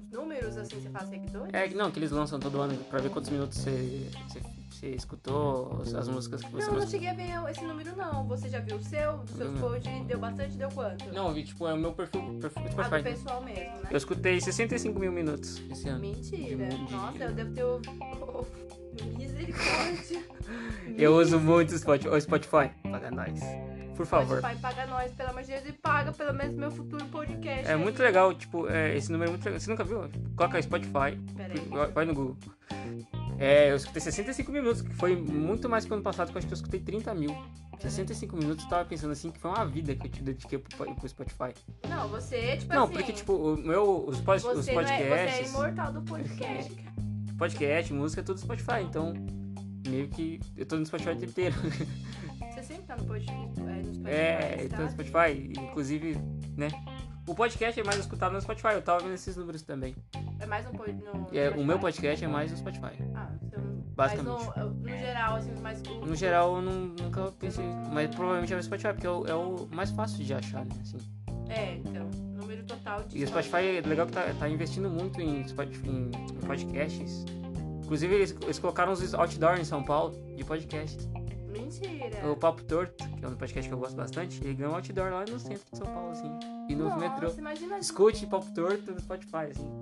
S2: Os números, assim, você faz seguidores?
S1: É, não, que eles lançam todo ano pra ver quantos minutos você, você, você escutou as músicas que você
S2: Não, eu não
S1: mais...
S2: cheguei a ver esse número, não. Você já viu o seu, dos seus
S1: Não.
S2: posts, deu bastante, deu quanto?
S1: Não, eu vi, tipo, é o meu perfil, perfil do
S2: Ah, do
S1: Spotify.
S2: pessoal mesmo, né?
S1: Eu escutei 65 mil minutos esse ano.
S2: Mentira.
S1: De- de-
S2: Nossa, eu devo ter ouvido. Misericórdia.
S1: Eu uso muito o Spotify. Ô, Spotify, paga nós. Por favor.
S2: Spotify paga nós, pelo amor de Deus, e paga pelo menos meu futuro podcast.
S1: É muito legal, tipo, é, esse número é muito legal. Você nunca viu? Coloca Spotify,
S2: Pera aí.
S1: vai- vai Hum. no Google. É, eu escutei 65 minutos, que foi muito mais que o ano passado, que eu acho que eu escutei 30 mil. 65 minutos, eu tava pensando assim, que foi uma vida que eu te dediquei pro, pro Spotify.
S2: Não, você, tipo
S1: não,
S2: assim.
S1: porque, tipo, o meu, os, pod- os
S2: você, não é, você é
S1: podcasts,
S2: imortal do podcast. cara.
S1: podcast, música, é tudo Spotify. Então, meio que eu tô no Spotify o tempo inteiro.
S2: Você sempre tá no podcast. É, no Spotify,
S1: É,
S2: tá?
S1: então no Spotify, inclusive, né? O podcast é mais escutado no Spotify, eu tava vendo esses números também.
S2: É mais um pod- no
S1: É, o meu
S2: Spotify?
S1: podcast é mais no Spotify.
S2: Ah, seu-
S1: Basicamente.
S2: Mas no, no geral, assim, mais. o-
S1: No geral, eu não- nunca pensei. Mas provavelmente é o Spotify, porque é o, é o mais fácil de achar, né? assim.
S2: É, então. Número total de.
S1: E o Spotify é legal que tá, tá investindo muito em, Spotify, em podcasts. Inclusive, eles, eles colocaram uns outdoor em São Paulo de podcasts.
S2: Mentira.
S1: O Papo Torto, que é um podcast que eu gosto bastante, ele ganhou um outdoor lá no centro de São Paulo, assim. E no
S2: Nossa,
S1: metrô.
S2: Imagina,
S1: Escute Papo Torto no Spotify, assim.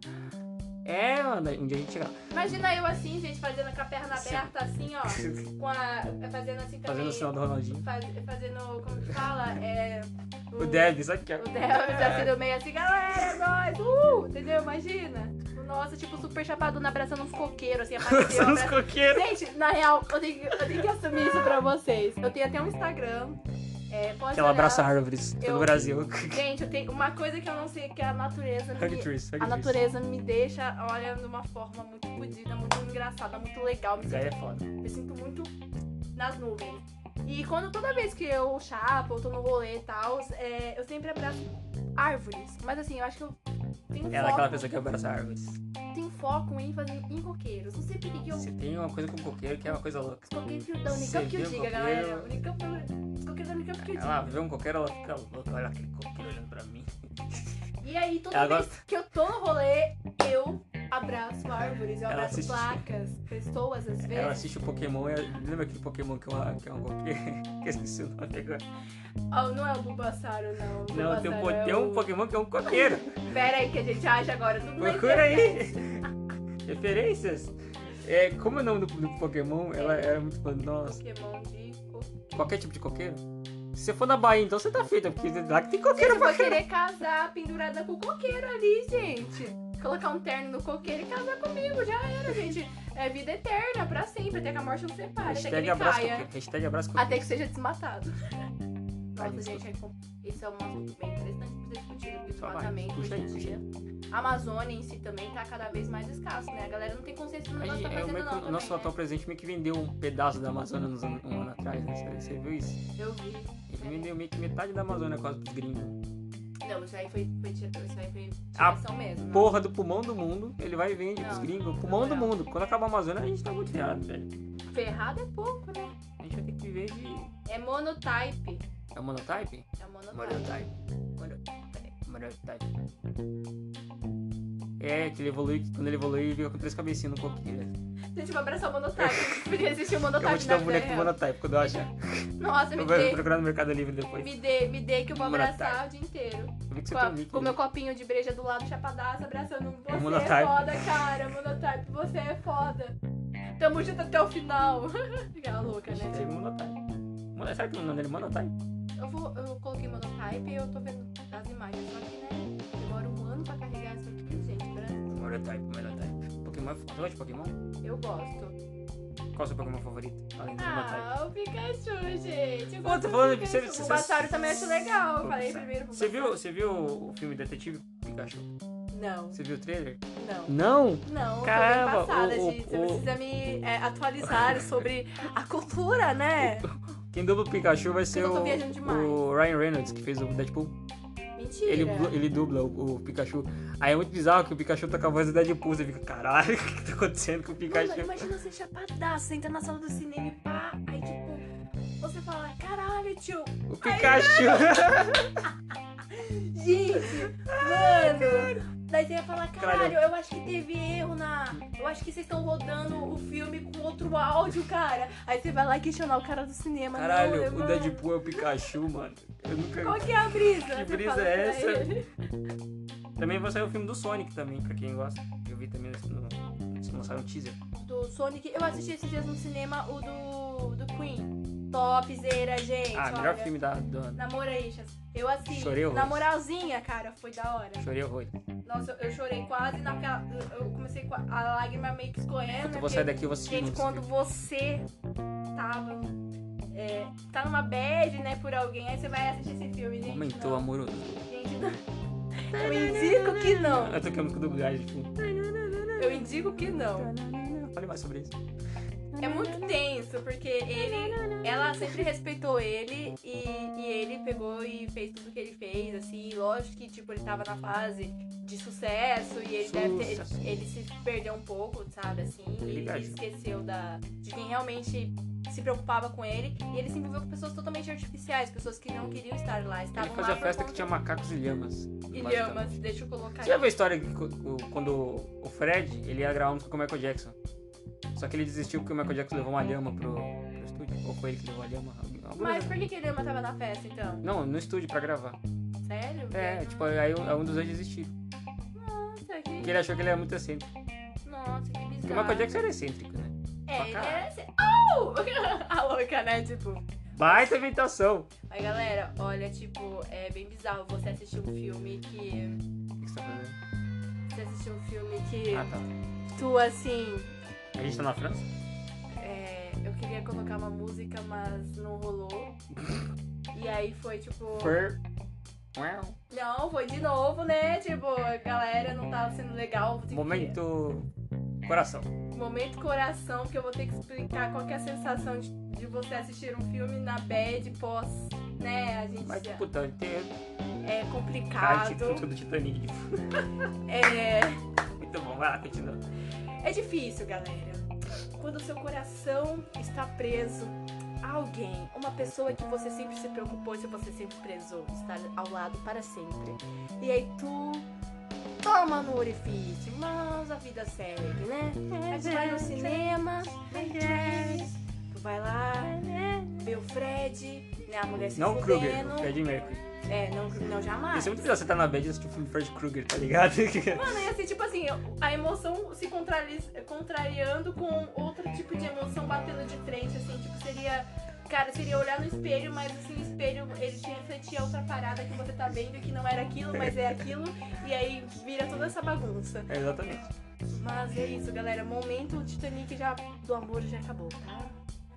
S1: É, mano, um dia a gente chega lá.
S2: imagina eu assim, gente, fazendo com a perna
S1: Sim.
S2: aberta, assim, ó. Com a. Fazendo assim também.
S1: Fazendo o sinal do Ronaldinho.
S2: faz- fazendo. Como que fala? É.
S1: O Deb, sabe o que é?
S2: O Deb já se deu meio assim, galera, é nóis, uh! Entendeu? Imagina. Nossa, tipo, super chapadona abraçando uns coqueiros, assim, apareceu.
S1: São os
S2: abraçando-
S1: coqueiros.
S2: Gente, na real, eu tenho, que- eu tenho que assumir isso pra vocês. Eu tenho até um Instagram. É, pode
S1: Que ela
S2: olhar.
S1: abraça árvores pelo
S2: Eu-
S1: Brasil.
S2: Gente, eu tenho uma coisa que eu não sei, que a natureza
S1: Hug
S2: me,
S1: trees, hug
S2: a
S1: trees.
S2: natureza me deixa, olha, de uma forma muito fodida, muito engraçada, muito legal. Me
S1: Isso aí
S2: sinto,
S1: é foda.
S2: me sinto muito nas nuvens. E quando toda vez que eu chapo, eu tô no rolê e tal, é, eu sempre abraço árvores. Mas assim, eu acho que eu tenho
S1: Ela é aquela
S2: foco,
S1: pessoa que abraça árvores.
S2: tenho foco, ênfase em coqueiros. Não sei por que que eu
S1: Se tem uma coisa com coqueiro que é uma coisa louca.
S2: Coloquei fio da
S1: Você
S2: Unicamp que eu
S1: viu qualquer-
S2: diga, galera. Unicamp, coloquei da Unicamp que eu diga.
S1: Ela vê um coqueiro, ela fica louca. Olha aquele coqueiro olhando pra mim.
S2: E aí, toda
S1: Ela
S2: vez que eu tô no rolê, eu abraço árvores, eu
S1: Ela
S2: abraço
S1: assiste-
S2: placas, pessoas às vezes.
S1: Ela assiste o Pokémon. e ela- Lembra aquele Pokémon que é uma. Que é um que eu esqueci o nome agora.
S2: Oh, não é o Bulbasauro, não. O
S1: Não,
S2: Bulbasauro
S1: tem um, po-
S2: é
S1: tem um
S2: o-
S1: Pokémon que é um coqueiro.
S2: Pera aí que a gente acha agora. Tudo na
S1: Procura aí.
S2: internet.
S1: Referências. É, como é o nome do, do Pokémon, ela era muito fã. Nossa,
S2: Pokémon de coqueiro.
S1: qualquer tipo de coqueiro. Se você for na Bahia, então você tá feita, porque lá que tem coqueiro
S2: Gente,
S1: pra
S2: vai
S1: caramba.
S2: querer casar pendurada com o coqueiro ali, gente. Colocar um terno no coqueiro e casar comigo. Já era, gente. É vida eterna, pra sempre. Até que a morte não separe. Até que
S1: Hashtag
S2: ele
S1: abraço
S2: caia.
S1: coqueiro. Hashtag abraço coqueiro.
S2: Até que seja desmatado.
S1: Tá,
S2: Nossa,
S1: gente.
S2: gente, é com- isso é um assunto bem interessante pra ser discutido. porque
S1: Só vai,
S2: Desmatamento
S1: puxa
S2: hoje
S1: aí,
S2: em
S1: puxa
S2: dia. A Amazônia em si também tá cada vez mais escasso, né? A galera não tem consciência do
S1: A
S2: negócio
S1: gente-
S2: que tá
S1: é, o
S2: fazendo,
S1: meio que
S2: não.
S1: o nosso
S2: também,
S1: atual presidente meio que vendeu um pedaço da Amazônia nos anos- um ano atrás, né? Você- Você viu isso?
S2: né? Eu vi.
S1: Ele vendeu meio que metade da Amazônia quase pros gringos.
S2: Não, isso aí foi, foi, tira- isso aí foi
S1: Ah,
S2: tiração mesmo. né? não.
S1: Porra do pulmão do mundo, ele vai e vende pros
S2: Não,
S1: gringos. Pulmão do
S2: não.
S1: mundo. Quando acabar a Amazônia, a gente tá muito ferrado, velho.
S2: Ferrado é pouco, né?
S1: A gente vai ter que viver de.
S2: É monotype.
S1: É monotype?
S2: É monotype.
S1: Monotype. Monotype. Monotype. É, que ele evolui, que quando ele evolui, ele fica com três cabecinhas no coqueiro.
S2: Gente, eu vou abraçar o monotype. Podia existir o
S1: Eu
S2: monotype é
S1: vou te dar um
S2: na
S1: boneco
S2: Terra.
S1: monotype quando eu achar.
S2: Nossa, me
S1: Eu vou
S2: dê.
S1: procurar no Mercado Livre depois.
S2: Me dê, me dê que eu vou
S1: Monotype.
S2: abraçar o dia inteiro.
S1: Eu vi que você
S2: Com,
S1: tem um
S2: a-
S1: nick.
S2: com
S1: né?
S2: meu copinho de breja do lado, chapadaço, abraçando um. Você
S1: monotype.
S2: é foda, cara. Monotype, você é foda. Tamo junto até o final. Fica louca,
S1: Hashtag
S2: né?
S1: monotype. Mono- Será que o nome dele é monotype?
S2: Eu, vou, eu coloquei monotype e eu tô vendo as imagens. Só que, né? Demora um ano pra carregar isso aqui, gente. Branco.
S1: Monotype, monotype. Pokémon é foda. Você gosta de Pokémon?
S2: Eu gosto.
S1: Qual é o seu Pokémon favorito? Além do monotype.
S2: Ah, o Pikachu, gente. Eu
S1: Pô,
S2: gosto
S1: tô
S2: do
S1: falando,
S2: Pikachu.
S1: você- você-
S2: O Bulbasauro também acho legal. Eu
S1: Pô,
S2: falei
S1: você-
S2: primeiro.
S1: Você viu,
S2: Bulbasauro.
S1: você viu o filme Detetive Pikachu?
S2: Não,
S1: Você viu o trailer?
S2: não.
S1: Não!
S2: Não, eu
S1: Caramba,
S2: tô bem passada,
S1: o- o-
S2: gente. Você
S1: o-
S2: precisa me é, atualizar sobre a cultura, né?
S1: Quem dubla o Pikachu vai ser
S2: Eu tô
S1: o,
S2: viajando demais. É.
S1: o Ryan Reynolds, que fez o Deadpool.
S2: Mentira.
S1: Ele, ele dubla o, o Pikachu. Aí é muito bizarro que o Pikachu tá com a voz do Deadpool. Você fica, caralho, o que tá acontecendo com o
S2: Mano,
S1: Pikachu?
S2: imagina você chapadaço, você entra na sala do cinema e pá, aí tipo, você fala, caralho, tio,
S1: O Pikachu!
S2: Gente, mano. Daí você ia falar, caralho, eu acho que teve erro na. Eu acho que vocês estão rodando o filme com outro áudio, cara. Aí você vai lá questionar o cara do cinema. não,
S1: Caralho,
S2: né,
S1: o
S2: mano?
S1: Deadpool é o Pikachu, mano. Eu nunca.
S2: Qual que é a brisa?
S1: Que
S2: Você
S1: brisa
S2: fala
S1: é
S2: pra
S1: essa?
S2: ele.
S1: Também vai sair o filme do Sonic também, pra quem gosta. Eu vi também no. Se lançaram um teaser.
S2: Do Sonic. Eu assisti esses dias no cinema o do, do Queen. Topzera, gente.
S1: Ah,
S2: olha.
S1: melhor filme da. da...
S2: Na moralzinha, eu assisti.
S1: Chorei horrores.
S2: Na moralzinha, cara, foi da hora.
S1: Chorei Então horror.
S2: Nossa, eu, eu chorei quase naquela. eu- Eu comecei com a, a lágrima meio que
S1: Quando
S2: escorrendo. né,
S1: eu vou
S2: porque-
S1: sair daqui, eu vou assistir.
S2: Gente,
S1: junto.
S2: quando você tava. é, tá numa bad, né, por alguém, aí você vai assistir esse filme, gente.
S1: Aumentou
S2: não.
S1: amoroso.
S2: Gente, não. Eu indico que não.
S1: Eu tô com a música do Gás, tipo.
S2: Eu indico que não.
S1: Fale mais sobre isso.
S2: É muito tenso, porque ele. Ela sempre respeitou ele e, e ele pegou e fez tudo que ele fez, assim. e Lógico que, tipo, ele tava na fase de sucesso e ele deve ter.
S1: Sucesso.
S2: Ele, ele se perdeu um pouco, sabe, assim. Ele
S1: Verdade.
S2: esqueceu da, de quem realmente se preocupava com ele. E ele se envolveu com pessoas totalmente artificiais, pessoas que não queriam estar lá.
S1: Ele
S2: Estavam
S1: fazia
S2: lá
S1: festa
S2: por
S1: que
S2: conta...
S1: tinha macacos e lhamas.
S2: E lhamas, deixa eu colocar
S1: Você já
S2: aqui.
S1: viu a história que co- o- quando o Fred ele ia gravar música com o Michael Jackson? Só que ele desistiu porque o Michael Jackson levou uma lhama pro, pro estúdio. Ou foi ele que levou a lhama? Algum- algum
S2: Mas
S1: dos-
S2: por que que Lhama tava na festa, então?
S1: Não, no estúdio pra gravar.
S2: Sério?
S1: É, tipo, aí um, aí um dos dois desistiu.
S2: Nossa,
S1: Porque
S2: que...
S1: ele achou que ele era muito assim. excêntrico.
S2: Nossa, que bizarro.
S1: Porque o Michael Jackson era excêntrico, né?
S2: É,
S1: Pra
S2: ele
S1: caralho.
S2: era assim. Oh! A louca, né? Tipo.
S1: Baita inventação!
S2: Mas galera, olha, tipo, é bem bizarro você assistir um filme que.
S1: O que você tá fazendo?
S2: Você assistir um filme que.
S1: Ah, tá.
S2: Tu assim.
S1: A gente tá na França?
S2: é, eu queria colocar uma música, mas não rolou. E aí foi tipo.
S1: Fur. Uau.
S2: Não, foi de novo, né? Tipo, a galera não tava sendo legal. vou ter que-
S1: Momento. Coração.
S2: Momento coração, que eu vou ter que explicar qual que é a sensação de, de você assistir um filme na bad pós, né? A gente
S1: Mas, tipo,
S2: já-
S1: puta, tem
S2: é
S1: a
S2: complicado.
S1: atitude do Titanic.
S2: É,
S1: Muito bom, vai lá, continua.
S2: é difícil, galera. Quando o seu coração está preso a alguém, uma pessoa que você sempre se preocupou, se você sempre prezou, estar ao lado para sempre. E aí tu Toma no orifício, mas a vida segue, né? Aí tu vai no cinema, aí tu vai- tu vai lá, vê o Fred, né? A mulher se
S1: Não o Kruger,
S2: fudendo.
S1: o Fred Mercury.
S2: É, não, não jamais.
S1: Isso é muito legal, você tá na bad e assistir o filme Fred Krueger, tá ligado?
S2: Mano, e assim, tipo assim, a emoção se contrari- contrariando com outro tipo de emoção batendo de frente, assim, tipo, seria. Cara, seria olhar no espelho, mas assim, o espelho ele te refletia outra parada que você tá vendo que não era aquilo, mas é aquilo, e aí vira toda essa bagunça.
S1: É, exatamente.
S2: Mas é isso, galera. Momento Titanic já do amor já acabou, tá?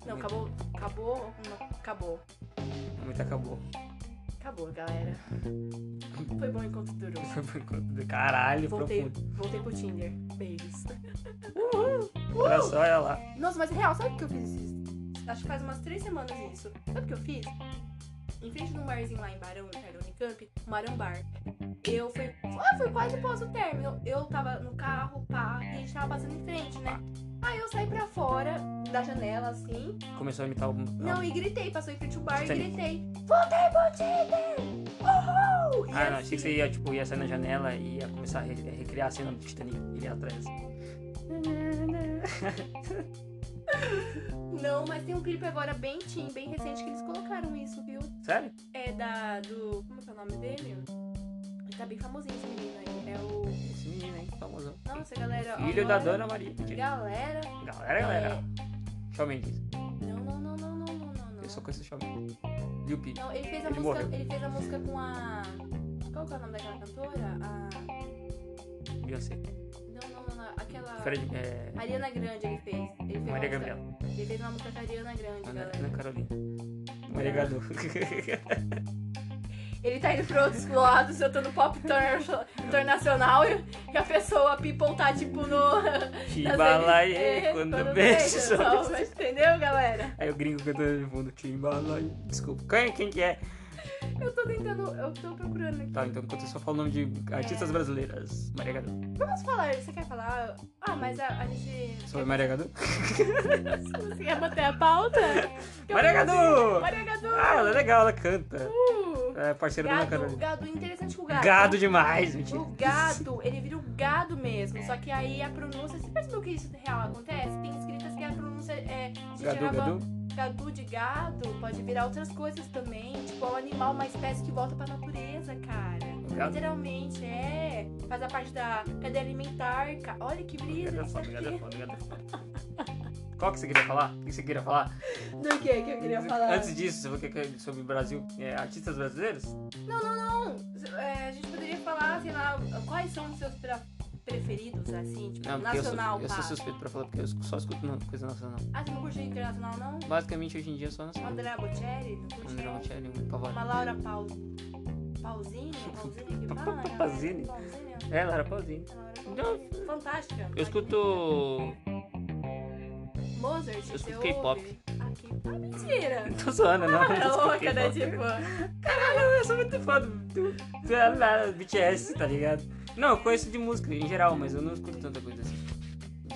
S2: Não, acabou. Acabou. não, Acabou.
S1: Muito acabou.
S2: Acabou, galera. Foi bom enquanto durou.
S1: Foi por conta do caralho,
S2: Voltei,
S1: profundo.
S2: voltei pro Tinder. Beijos. Uh!
S1: Olha só, olha lá.
S2: Nossa, mas é real, sabe o que eu fiz? esses- Acho que faz umas três semanas isso. Sabe o que eu fiz? Em frente de um barzinho lá em Barão, perto da Unicamp, um Barão Bar. Eu fui. Ah, foi quase pós o término. Eu tava no carro, pá, e a gente tava passando em frente, né? Aí eu saí pra fora da janela, assim.
S1: Começou a imitar o. Ah,
S2: Não, e gritei. Passou em frente ao bar e
S1: Titanic.
S2: gritei. Voltei pro Tinder! Uhul! E
S1: Ah, não,
S2: assim-
S1: achei que você ia, tipo, ia sair na janela e ia começar a re- recriar a cena do Titanic e ir atrás.
S2: Não, mas tem um clipe agora bem teen, bem recente, que eles colocaram isso, viu?
S1: Sério?
S2: É da. do. Como que é o nome dele? Ele tá bem famosinho esse menino aí. É o.
S1: Esse menino, hein? Famosão.
S2: Nossa, galera.
S1: Filho
S2: agora-
S1: da Dona Maria.
S2: Galera.
S1: Galera, galera. Shawn Mendes.
S2: Não, não, não, não, não, não, não. não.
S1: Eu só conheço o Shawn Mendes. Lil Peep.
S2: Não, ele fez a
S1: Ele
S2: música.
S1: morreu.
S2: Ele fez a música com a. Qual que é o nome daquela cantora? A.
S1: Beyoncé.
S2: Não, não, não, não. Aquela.
S1: Fred. É...
S2: Ariana Grande ele fez. Ele fez
S1: Maria
S2: uma música...
S1: Gabriela.
S2: Ele fez uma música com a Ariana Grande,
S1: Ana,
S2: galera.
S1: Ana Carolina. Maria Gadu.
S2: Ele tá indo pra outros lados, eu tô no pop interna- internacional e e a pessoa, a people tá tipo no.
S1: Timbalaê,
S2: Tá É,
S1: quando beijo.
S2: só, mas entendeu, galera?
S1: Aí o gringo cantando de fundo. Timbalaê. Desculpa. Quem, quem que é?
S2: Eu tô tentando, eu tô procurando aqui.
S1: Tá, então enquanto eu só falo o nome de artistas brasileiras. Maria Gadu.
S2: Vamos falar, você quer falar? Ah, mas a, a gente.
S1: Sobre Maria Gadu?
S2: Uh! Você quer bater a pauta? Que eu
S1: Maria
S2: quero-
S1: Gadu!
S2: Maria Gadu!
S1: Ah, ela é legal, ela canta.
S2: Uh,
S1: É parceira da Ana
S2: Gado,
S1: Carolina.
S2: gado, interessante que o gado.
S1: Gado demais, mentira.
S2: O gado, ele vira o gado mesmo. Só que aí a pronúncia. Você percebeu que isso real acontece? Tem escritas que a pronúncia é. de
S1: Gadu,
S2: tirava-
S1: Gadu.
S2: Gadu de gado pode virar outras coisas também. Tipo, é um animal, uma espécie que volta pra natureza, cara.
S1: gado?
S2: Literalmente, é. Faz a parte da cadeia alimentar. ca- Olha que brisa.
S1: Obrigado,
S2: isso
S1: foda, obrigado,
S2: aqui.
S1: foda, obrigado, foda. Qual que você queria falar? O que você queria falar?
S2: Do que que eu queria falar?
S1: Antes disso, você quer sobre o Brasil, é, artistas brasileiros?
S2: Não, não, não. É, a gente poderia falar, sei lá, quais são os seus pra- preferidos, assim, tipo,
S1: Não, Ah, porque eu sou-
S2: nacional,
S1: eu sou,
S2: pá.
S1: suspeito pra falar, porque eu só escuto na- coisa nacional.
S2: Ah, você não curte internacional, não?
S1: Basicamente, hoje em dia, só nacional.
S2: André Bocelli, não curte?
S1: André
S2: não?
S1: Montiel, um pavor.
S2: Uma Laura Paul... Paulzinha? Paulzinha que fala? né?
S1: Pausini.
S2: Paulzinha?
S1: É, Lara Pausini.
S2: Não. Fantástica.
S1: Eu escuto...
S2: Mozart,
S1: eu
S2: você
S1: escuto K-pop.
S2: ouve? Ah, K-pop. Ah, mentira!
S1: Tô zoando, não.
S2: É
S1: eu escuto
S2: louca, né?
S1: K-pop.
S2: Tipo,
S1: Eu sou muito fã do, do, da- da BTS, tá ligado? Não, eu conheço de música em geral, mas eu não escuto tanta coisa assim.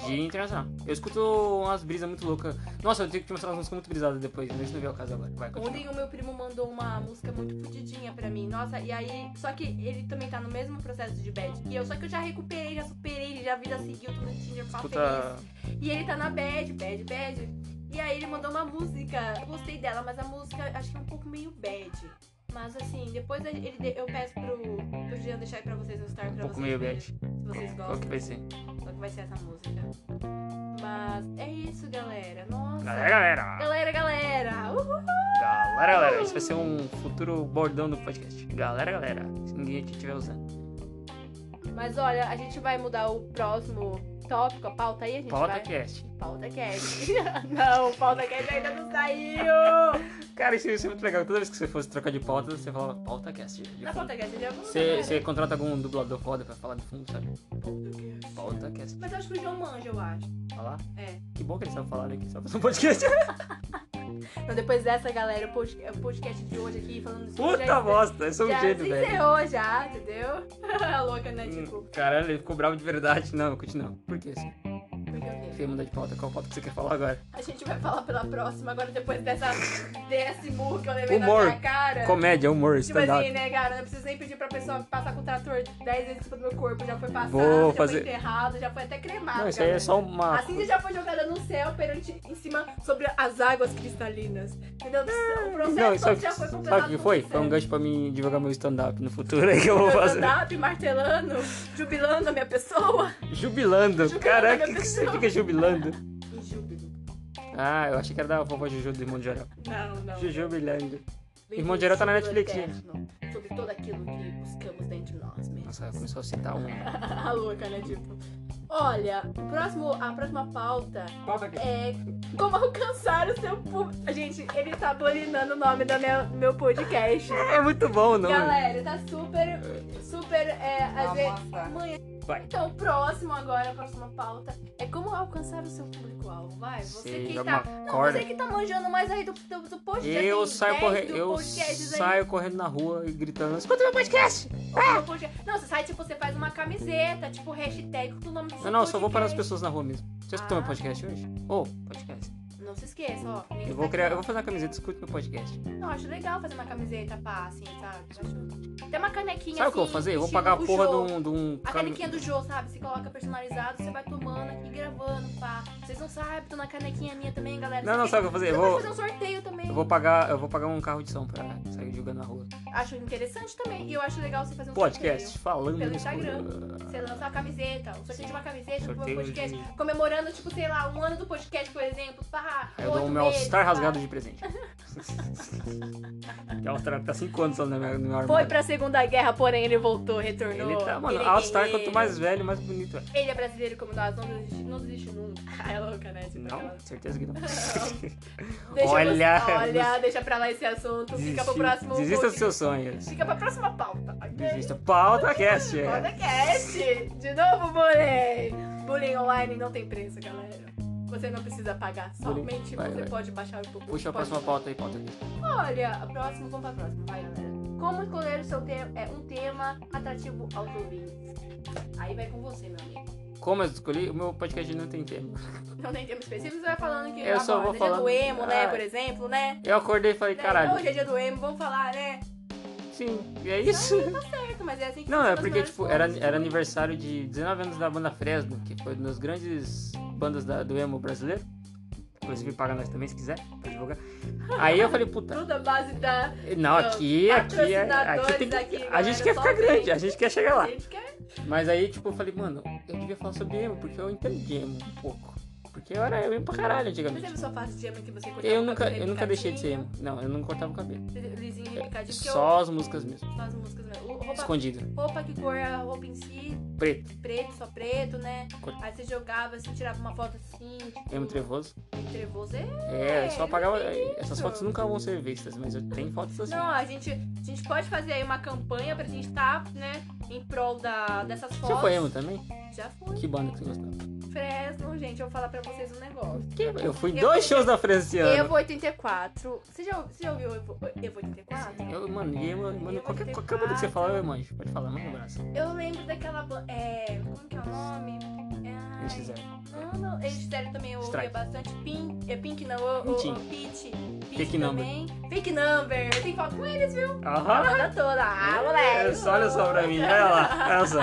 S1: De internacional. Eu escuto umas brisas muito loucas. Nossa, eu tenho que te mostrar umas músicas muito brisadas depois, mas isso não veio ao caso agora. Vai, continua.
S2: ontem o meu primo mandou uma música muito fudidinha pra mim. Nossa, e aí. Só que ele também tá no mesmo processo de bad que eu. Só que eu já recuperei, já superei, ele já vida seguiu, tô no Tinder, pá, feliz.
S1: Escuta.
S2: E ele tá na bad, bad, bad. E aí ele mandou uma música. Eu gostei dela, mas a música acho que é um pouco meio bad. Mas assim, depois ele, eu peço pro, pro Jean deixar aí pra vocês no Star
S1: Um
S2: pra
S1: pouco
S2: vocês
S1: meio
S2: verem
S1: bad.
S2: Se vocês
S1: Qual que é
S2: gostam.
S1: vai ser?
S2: Só que vai ser essa música. Mas é isso, galera. Nossa.
S1: Galera, galera!
S2: Galera, galera! Uhul!
S1: Galera, galera! Isso vai ser um futuro bordão do podcast. Galera, galera! Se ninguém aqui estiver usando.
S2: Mas olha, a gente vai mudar o próximo tópico, a pauta aí, a gente
S1: Pauta
S2: vai.
S1: cast.
S2: Pauta cast. não, pauta cast ainda não saiu!
S1: Cara, isso, isso é muito legal. Toda vez que você fosse trocar de pauta, você falava pauta cast. De
S2: Na
S1: fundo.
S2: pauta é, cast já vamos.
S1: Você você contrata algum dublador foda pra falar de fundo, sabe? Pauta cast.
S2: Mas eu acho que o João manja, eu acho.
S1: Falar?
S2: É.
S1: Que bom que eles estavam falando aqui, só pra fazer um podcast.
S2: Então depois dessa, galera, o pod- o podcast de hoje aqui falando sobre.
S1: Puta bosta, eu sou um
S2: Já
S1: gênio,
S2: se
S1: velho.
S2: encerrou já, entendeu? A louca, né?
S1: Hum,
S2: Tipo,
S1: Caralho, ele ficou bravo de verdade. Não, continua. Por que isso?
S2: porque eu quê?
S1: quer mudar de pauta? Qual pauta que você quer falar agora?
S2: A gente vai falar pela próxima, agora depois dessa, desse murro que eu levei
S1: Humor.
S2: na minha cara.
S1: Comédia, humor,
S2: Tipo
S1: stand-up.
S2: assim, né, cara? Não preciso nem pedir pra pessoa passar com o trator 10 vezes em cima do meu corpo. Já foi passado,
S1: Vou
S2: já
S1: fazer-
S2: foi enterrado, já foi até cremado.
S1: Não, isso aí é
S2: galera.
S1: só uma.
S2: A cinza Assim já foi jogada no céu perante, em cima sobre as águas cristalinas. Entendeu? O processo
S1: É, Não, sabe,
S2: todo já foi
S1: sabe
S2: completado.
S1: o que
S2: com
S1: foi?
S2: sucesso.
S1: Foi um gancho pra mim divulgar meu stand-up no futuro aí que eu vou
S2: Meu
S1: fazer.
S2: stand-up martelando, jubilando a minha pessoa.
S1: Jubilando.
S2: Jubilando
S1: Caraca,
S2: a
S1: o que, que você
S2: pessoa.
S1: fica jubilando?
S2: Em júbilo.
S1: Ah, eu achei que era da vovó Juju do Irmão de Jorel.
S2: Não, não.
S1: Juju brilhando.
S2: Bem
S1: Irmão de Jorel tá na
S2: júbilo
S1: Netflix,
S2: eterno, Sobre tudo aquilo que buscamos dentro de nós mesmos.
S1: Nossa, começou a citar um.
S2: a louca, né? Tipo. Olha, o próximo, a próxima pauta é como alcançar o seu público. Gente, ele tá bolinando o nome do meu, meu podcast.
S1: É muito bom o nome.
S2: Galera, tá super, super, é, às vezes... Amanhã.
S1: Vai.
S2: Então, o próximo agora, a próxima pauta é como alcançar o seu público-alvo. Vai, você
S1: Sei,
S2: que
S1: joga
S2: tá...
S1: uma
S2: Não,
S1: corda.
S2: você que tá manjando mais aí do, do, do podcast. já
S1: Eu
S2: tem
S1: saio,
S2: 10
S1: corre...
S2: do
S1: eu
S2: podcasts aí.
S1: saio correndo na rua e gritando: Escuta meu podcast!
S2: Meu podcast- Não, você sai, tipo, você faz uma camiseta, tipo, hashtag com o nome do seu
S1: Não, não, eu só vou parar as
S2: podcast.
S1: pessoas na rua mesmo. Você escutou
S2: Ah.
S1: meu podcast hoje? Ô, podcast.
S2: Não se esqueça, ó. ninguém
S1: Eu vou
S2: tá
S1: criar, eu vou fazer uma camiseta, escute meu podcast.
S2: Não, acho legal fazer uma camiseta pá, assim, sabe? Eu Acho... Tem uma canequinha
S1: Sabe o
S2: assim.
S1: que eu vou fazer? Eu vou
S2: estilo
S1: pagar a
S2: o
S1: porra de
S2: Jô.
S1: um. De um
S2: A
S1: cam-
S2: canequinha do Jô, sabe? Você coloca personalizado, você vai tomando aqui, gravando, pá. Vocês não sabem, tô na canequinha minha também, galera.
S1: Não, não,
S2: Você
S1: sabe o que eu vou fazer? Eu
S2: é- Você
S1: vou-
S2: pode fazer um sorteio também.
S1: Eu vou pagar, eu vou pagar um carro de som pra sair jogando na rua.
S2: Acho interessante também. E eu acho legal você fazer um
S1: Podcast,
S2: sorteio.
S1: falando
S2: Pelo
S1: no
S2: Instagram.
S1: escuro.
S2: Você lança uma camiseta, um sorteio de uma camiseta pro
S1: Sorteio
S2: podcast.
S1: de-
S2: Comemorando, tipo, sei lá, um ano do podcast, por exemplo. Pá,
S1: Aí eu dou
S2: oito
S1: o É meu
S2: meses,
S1: All-Star
S2: pá.
S1: rasgado de presente. que é o All-Star que tá 5 anos só no meu, no meu
S2: Foi
S1: armário.
S2: pra Segunda Guerra, porém ele voltou, retornou.
S1: Ele tá, mano,
S2: Ele é
S1: All-Star
S2: guerreiro.
S1: quanto mais velho, mais bonito é.
S2: Ele é brasileiro como nós, não existe, não existe nunca. Ah, é louca, né? Tipo,
S1: Não,
S2: aquela-
S1: certeza que não.
S2: Deixa
S1: Olha,
S2: você- olha, deixa pra lá esse assunto. Fica
S1: Desisti-
S2: pro próximo.
S1: Desista dos
S2: podcast.
S1: seus sonhos.
S2: Fica pra próxima pauta. ok?
S1: Desista. Pauta cast. é.
S2: Podcast! De novo, bullying! Bullying online não tem preço, galera. Você não precisa pagar,
S1: Bullying.
S2: somente
S1: Vai,
S2: você
S1: vai.
S2: pode baixar o
S1: Puxa a próxima pauta aí, pauta.
S2: Olha, a próxima, vamos pra próxima, vai galera. Como escolher o seu tema, é, um tema atrativo aos ouvintes? Aí vai com você, meu amigo.
S1: Como eu escolhi, o meu podcast não tem tema.
S2: Não tem tema específico, você vai falando que
S1: Eu só
S2: agora,
S1: vou
S2: né,
S1: falando-
S2: dia do emo, né,
S1: Ah.
S2: por exemplo, né?
S1: Eu acordei e falei,
S2: Né,
S1: caralho,
S2: Hoje é dia do emo, vamos falar, né?
S1: sim, e é isso.
S2: Certo, mas é assim que
S1: Não,
S2: funciona
S1: é
S2: as
S1: porque,
S2: melhores
S1: tipo, era,
S2: coisas.
S1: era aniversário de 19 anos da banda Fresno, que foi uma das grandes bandas da- do emo brasileiro.
S2: Hum.
S1: Inclusive, paga nós também, se quiser, pra divulgar. Aí eu falei, puta,
S2: Tudo à base da...
S1: não, aqui, aqui, é- aqui tem
S2: Patrocinadores
S1: que,
S2: aqui,
S1: A
S2: galera,
S1: gente quer
S2: só
S1: ficar
S2: vem.
S1: grande, a gente quer chegar lá.
S2: Gente, quer...
S1: Mas aí, tipo, eu falei, mano, eu devia falar sobre emo, porque eu entendi emo um pouco. Porque eu era emo pra caralho
S2: Você é a
S1: antigamente.
S2: pessoa fácil de emo que você cortava
S1: Eu
S2: o
S1: nunca,
S2: cabelo
S1: eu nunca deixei de ser
S2: repicadinho,
S1: emo. Não, eu não cortava o cabelo.
S2: Lisinho repicadinho, porque
S1: Só as músicas mesmo.
S2: eu faço músicas... né? O- Roupa,
S1: Escondido.
S2: roupa que cor é a roupa em si,
S1: Preto.
S2: preto, só preto, né?
S1: Cor-
S2: Aí você jogava, assim, tirava uma foto assim, tipo...
S1: Emo trevoso.
S2: trevoso. É,
S1: É, só
S2: não
S1: apagava.
S2: tem
S1: Essas
S2: isso.
S1: fotos nunca vão ser vistas, mas eu tenho fotos assim.
S2: Não, a gente, a gente pode fazer aí uma campanha pra gente estar, né, em prol da, dessas fotos.
S1: Você foi emo também?
S2: Já fui.
S1: Que banda que você gostava?
S2: Fresno, gente, eu vou falar pra vocês um negócio.
S1: Que- Eu fui em
S2: Eu
S1: dois
S2: fui-
S1: shows da Fresno esse ano.
S2: Evo 84. Você já, você já ouviu Evo, Evo 84?
S1: Eu, mano, e emo, mano,
S2: Eu
S1: qualquer,
S2: vou
S1: qualquer banda que você
S2: tentar.
S1: falar, eu manjo. Pode falar, manda um abraço.
S2: Eu lembro daquela. ba- É, como que é o nome? Ai,
S1: Eles fizeram.
S2: Não, não. Eles fizeram também, eu ouvia
S1: Strike.
S2: bastante. Pink. É Pink não, o, o,
S1: Pintinho.
S2: o Peach.
S1: Fake
S2: Peach
S1: Number.
S2: também. Fake number. Eu tenho foto com eles, viu? A
S1: Aham.
S2: banda toda. Ah, moleque.
S1: É, só olha só pra mim, olha lá, olha só.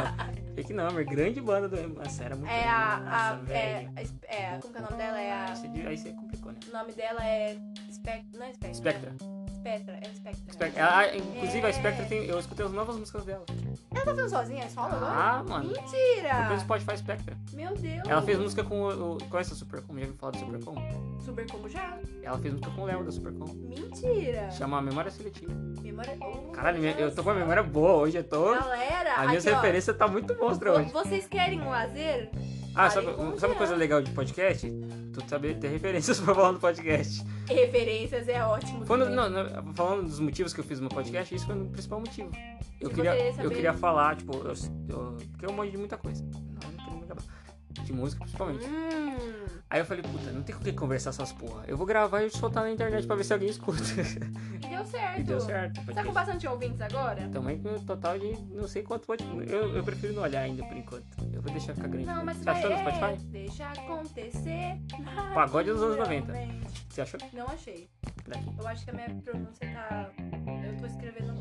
S1: Fake Number, é grande banda do emo. Nossa, era muito
S2: É
S1: emo,
S2: a.
S1: nossa,
S2: a é,
S1: velho.
S2: é, como que é o nome dela? É a.
S1: Aí você- Aí você complicou, né?
S2: O nome dela é. Spectra. Não é Spectra.
S1: Spectra.
S2: Spectra, é Spectra.
S1: Spectra. Ela- inclusive, a
S2: É.
S1: Spectra tem. Eu escutei as novas músicas dela.
S2: Ela tá fazendo sozinha, solo agora?
S1: Ah, mano. Depois do
S2: Mentira!
S1: Spotify Spectra.
S2: Meu Deus!
S1: Ela fez música com o. o- Conhece a Supercom? Já ouviu falar do Supercom?
S2: Super como já?
S1: Ela fez música com o Léo da Supercom.
S2: Mentira!
S1: Chama Memória Seletiva.
S2: Memória. Oh,
S1: Caralho, minha- eu tô com a
S2: nossa.
S1: memória boa hoje, eu tô.
S2: Galera,
S1: A minha
S2: aqui, ó,
S1: referência tá muito monstra
S2: vo-
S1: hoje.
S2: Vocês querem um lazer?
S1: Ah,
S2: Parem
S1: sabe,
S2: com o
S1: sabe
S2: Jean.
S1: coisa legal de podcast? Tu saber ter referências pra falar no podcast.
S2: Referências é ótimo.
S1: Quando,
S2: também.
S1: não, não, falando dos motivos que eu fiz no podcast, isso foi o principal motivo. Eu
S2: De
S1: queria,
S2: você
S1: eu
S2: saber-
S1: queria falar, tipo, eu, eu, porque eu manjo de muita coisa. Não, eu não queria me acabar. De música, principalmente.
S2: Hum,
S1: Aí eu falei, puta, não tem com quem conversar essas porra. Eu vou gravar e soltar na internet pra ver se alguém escuta.
S2: E deu certo.
S1: E deu certo.
S2: Tá com
S1: podcast.
S2: bastante ouvintes agora?
S1: Também com o total de não sei quanto pode. Eu, eu prefiro não olhar ainda por enquanto. Eu vou deixar ficar grande.
S2: Não, mas
S1: Você
S2: vai.
S1: achou Tá no
S2: é,
S1: Spotify?
S2: deixa acontecer.
S1: Pagode dos anos 90.
S2: naturalmente.
S1: Você achou?
S2: Não achei.
S1: Daqui.
S2: Eu acho que a minha pronúncia tá. Eu tô escrevendo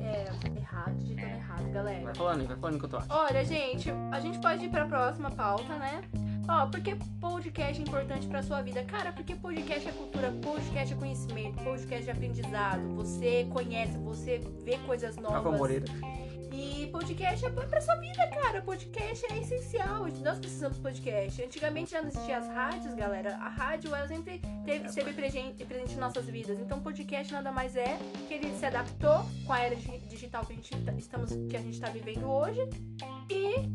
S2: é, errado, digitando errado, galera.
S1: Vai falando aí, vai falando enquanto eu acho.
S2: Olha, gente, a gente pode ir pra próxima pauta, né? Ó, por que podcast é importante pra sua vida? Cara, porque podcast é cultura, podcast é conhecimento, podcast é aprendizado. Você conhece, você vê coisas
S1: Rafa
S2: novas.
S1: Moreira.
S2: E podcast é bom pra sua vida, cara. Podcast é essencial. Nós precisamos de podcast. Antigamente já não existia as rádios, galera. A rádio, ela sempre teve, esteve presente, presente em nossas vidas. Então, podcast nada mais é que ele se adaptou com a era digi- digital que a gente, tá- estamos, que a gente tá vivendo hoje.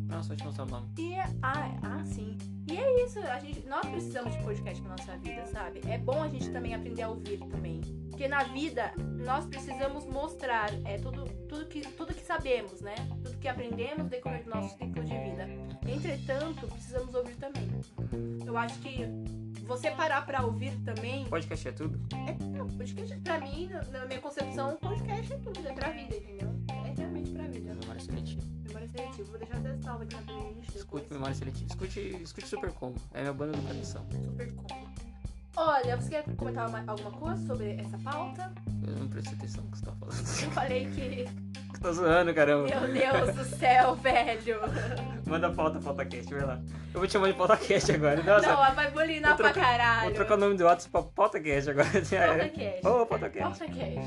S1: Nossa, deixa eu mostrar o nome.
S2: E, ah, ah, sim. E é isso. A gente, nós precisamos de podcast pra nossa vida, sabe? É bom a gente também aprender a ouvir também. Porque na vida, nós precisamos mostrar é, tudo, tudo, que, tudo que sabemos, né? Tudo que aprendemos no decorrer do nosso ciclo de vida. Entretanto, precisamos ouvir também. Eu acho que você parar pra ouvir também.
S1: Podcast é tudo?
S2: Não, podcast, pra mim, na- na minha concepção, podcast é tudo, é pra vida, entendeu? É realmente pra vida.
S1: Memória é seletiva.
S2: Memória seletiva. Vou deixar até salva aqui na playlist. depois.
S1: Escute memória é seletiva. Escute, escute Super Combo. É minha banda do coração.
S2: Super combo. Olha, você quer comentar uma- alguma coisa sobre essa pauta?
S1: Eu não prestei atenção no que você tá falando.
S2: Eu falei que.
S1: Tô zoando, caramba.
S2: Meu Deus do céu, velho!
S1: Manda pauta, pauta cast, vai lá. Eu vou te chamar de pauta cast agora. Nossa,
S2: Não, vai
S1: vou
S2: bulinar pra
S1: trocar- vou
S2: caralho.
S1: trocar o nome do WhatsApp pra pauta cast agora.
S2: Pauta cash.
S1: Ô, pauta cast.
S2: Pauta cash.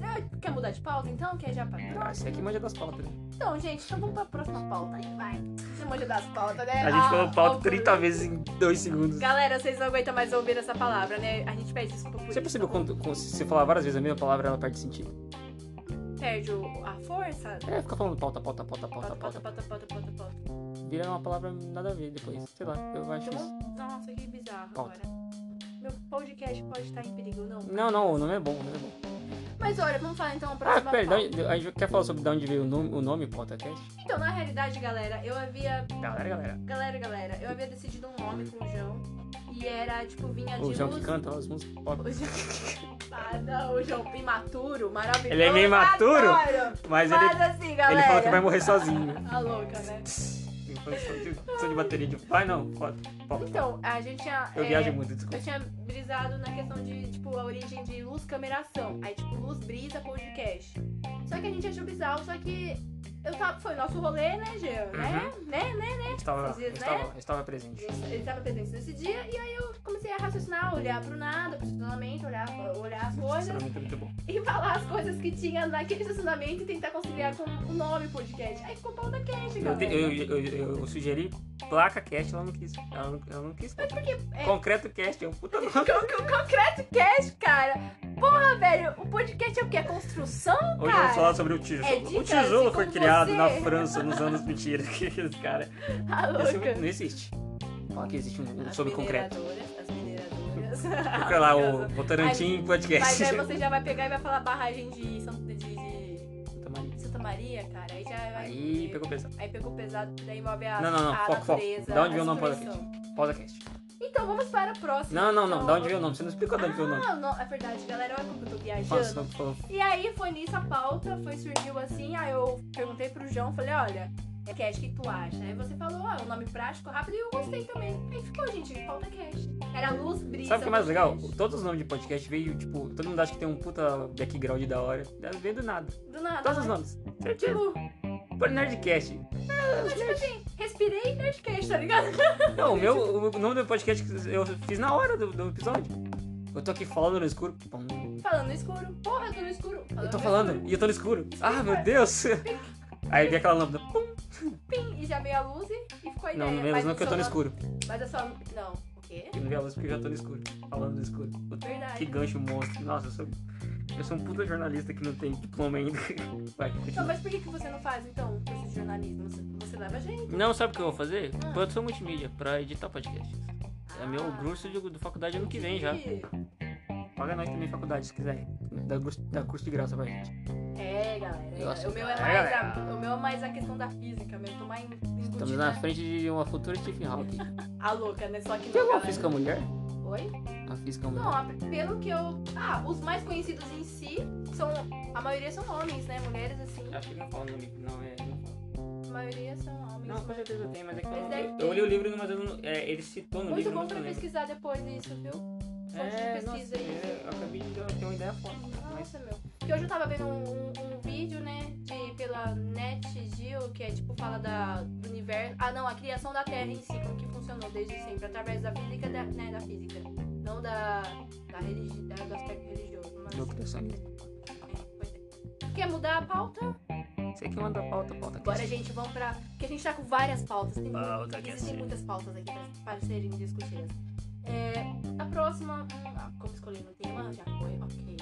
S2: Você quer mudar de pauta então? Quer já pra
S1: Ah, esse
S2: próxima?
S1: aqui manja das pautas, né?
S2: Então, gente, então vamos pra próxima pauta. Aí vai. Você manja das pautas, né?
S1: A gente
S2: Ah,
S1: falou pauta
S2: ó,
S1: 30 vezes em 2 segundos.
S2: Galera, vocês não aguentam mais ouvir essa palavra, né? A gente pede desculpa por
S1: Você
S2: isso.
S1: percebeu é quando, quando se você falar várias vezes a mesma palavra, ela perde sentido?
S2: Perde o- a força?
S1: É, fica falando pauta, pauta, pauta, pauta, pauta.
S2: Pauta, pauta, pauta, pauta, pauta, pauta. Tá
S1: Vira uma palavra nada a ver depois. Sei lá, eu acho isso.
S2: Então Nossa, que bizarro
S1: Pauta.
S2: agora. Meu podcast pode estar em perigo, não.
S1: Não, não, o nome é bom, o nome é bom.
S2: Mas olha, vamos falar então a
S1: Ah,
S2: próxima
S1: pera, da
S2: pauta.
S1: onde- a gente quer falar sobre de onde veio o nome, o nome podcast?
S2: Então, na realidade, galera, eu havia.
S1: Galera, galera.
S2: Galera, galera, eu havia decidido um nome com o João. E era, tipo, vinha de
S1: O João
S2: luz.
S1: que canta as músicas pop.
S2: O João. Ah, não, o João imaturo, maravilhoso.
S1: Ele é meio imaturo?
S2: adoro.
S1: Mas ele,
S2: Mas assim, galera.
S1: ele fala que vai morrer sozinho.
S2: Tá louca, né?
S1: Tem função de, função de bateria de. um- Vai não, pauta, pauta.
S2: Então, a gente tinha.
S1: Eu
S2: é,
S1: viajo muito, desculpa.
S2: Eu tinha brisado na questão de, tipo, a origem de luz, câmera, ação. Aí, tipo, luz, brisa, podcast. Só que a gente achou bizarro, só que eu tava, foi nosso rolê, né, Jean? Né?
S1: Uhum.
S2: Né, né?
S1: Eu estava lá, eu
S2: Vocês, né?
S1: estava, eu estava presente.
S2: Ele estava presente nesse dia e aí eu comecei a raciocinar, olhar pro nada, pro estacionamento, olhar, olhar as
S1: Esse
S2: coisas
S1: momento é muito bom.
S2: e falar as coisas que tinha naquele estacionamento e tentar conciliar com o nome podcast. Aí ficou pau da cast,
S1: Eu,
S2: galera.
S1: te- eu, eu- eu sugeri placa cast, ela não quis. Ela não, ela não quis.
S2: É.
S1: Concreto cast é um puta nome.
S2: Con- con- concreto cast, cara. Porra, velho, o podcast é o que? É construção?
S1: Hoje
S2: Cara,
S1: vamos falar sobre o tijolo.
S2: é
S1: o
S2: dicas
S1: tijolo
S2: assim
S1: foi
S2: como
S1: criado
S2: você.
S1: na França nos anos mentira. Que esse é cara.
S2: Tá
S1: Esse
S2: louca.
S1: não existe. Fala que existe um, um sobre concreto.
S2: mineradoras, As mineradoras.
S1: Fica lá o Votorantim
S2: Ah, Mas é
S1: Podcast.
S2: aí você já vai pegar e vai falar barragem de Santa, de, de
S1: Toma aí.
S2: Santa Maria, cara. Aí já vai.
S1: Aí pegou pesado.
S2: aí pegou pesado, daí envolve a,
S1: Não, não, não,
S2: a
S1: foco, foco.
S2: natureza.
S1: Da onde veio
S2: a
S1: o nome
S2: destruição.
S1: Pausa cast.
S2: Então vamos para a próxima.
S1: Não, não, não.
S2: então.
S1: Da onde veio o nome? Você não explicou da onde veio o nome.
S2: Ah, não, é verdade, galera. Olha como eu tô viajando.
S1: Nossa, não falou.
S2: E aí foi nisso a pauta, foi, surgiu assim, aí eu perguntei pro João, falei, olha, é cash, o que tu acha? Aí você falou, ó, um nome prático, rápido, e eu gostei também. Aí ficou, gente, pauta cash. Era luz, brisa.
S1: Sabe o que é mais legal?
S2: podcast.
S1: Todos os nomes de podcast veio, tipo, todo mundo acha que tem um puta background da hora. Veio do nada.
S2: Do nada.
S1: Todos os
S2: né?
S1: nomes. Certinho.
S2: Tipo,
S1: Por Nerdcast.
S2: mas, tipo assim, respirei nerdcast, tá ligado?
S1: Não, o meu o nome do podcast que eu fiz na hora do, do episódio. Eu tô aqui falando no escuro. Pum.
S2: Falando no escuro. Porra, eu tô no escuro.
S1: Eu tô
S2: no
S1: falando e eu tô no escuro. Ah, meu Deus! Aí vem aquela lâmpada. Pum.
S2: escuro. Pim, assim, e já veio a luz e e ficou a ideia.
S1: Não, não vem a
S2: é,
S1: luz
S2: Mas
S1: não
S2: o
S1: que eu tô no
S2: seu
S1: escuro.
S2: nome- Mas é só... Não, o quê?
S1: Eu não vem a luz porque eu já tô no escuro. Falando no escuro. Puta,
S2: Verdade.
S1: Que gancho monstro. Nossa, eu sou. Eu sou um puta jornalista que não tem diploma ainda. Vai,
S2: Então,
S1: continua.
S2: mas por que, que você não faz, então, curso de jornalismo? Você, você leva gente?
S1: Não, sabe o que eu vou fazer?
S2: Ah.
S1: Produção multimídia pra editar podcast. É meu
S2: Ah.
S1: curso de, de faculdade ano que vem já. Paga nós também faculdade se quiser. Dá, curso- dá curso de graça pra gente.
S2: É, galera.
S1: Eu acho-
S2: o, meu é
S1: é,
S2: mais
S1: galera. é.
S2: a, o meu é mais a questão da física mesmo. Tô mais
S1: Estamos
S2: embutida.
S1: na frente de uma futura Stephen Hawking.
S2: A louca, né? Só que
S1: Tem
S2: não,
S1: alguma
S2: galera.
S1: física mulher?
S2: Oi?
S1: Uma física mulher.
S2: Não, a- pelo que eu. Ah, os mais conhecidos em si maioria são homens, né? Mulheres assim.
S1: Acho que não fala o nome. Não, é. Não, fala.
S2: A maioria são homens.
S1: não com certeza tem, mas é que eu
S2: Mas
S1: não-
S2: deve
S1: eu,
S2: ter.
S1: eu li o livro, mas eu não, é, ele citou no
S2: Muito
S1: livro.
S2: bom
S1: mas eu
S2: pra
S1: não lembro.
S2: pesquisar depois isso, viu? Fonte
S1: É,
S2: de pesquisa
S1: nossa,
S2: aí.
S1: eu acabei de dar- ter uma ideia foda. Mas
S2: Nossa, meu. Porque hoje eu tava vendo um, um- um vídeo, né? De, pela NetGeo, que é tipo, fala da, do universo. Ah, não, a criação da Terra em si, como que funcionou desde sempre, através da física, da, né? Da física. Não da, da religi- da- do aspecto religioso. Mas,
S1: meu criacionismo.
S2: é, pois é. Quer mudar a pauta?
S1: Você que manda a é pauta, pauta.
S2: Agora, gente, vamos pra. Porque a gente tá com várias pautas. Tem
S1: Pauta
S2: muito-
S1: que
S2: existem
S1: assim.
S2: muitas pautas aqui pra, para serem discutidas. É, a próxima. hum, ah, como escolher no tema? Já foi, ok.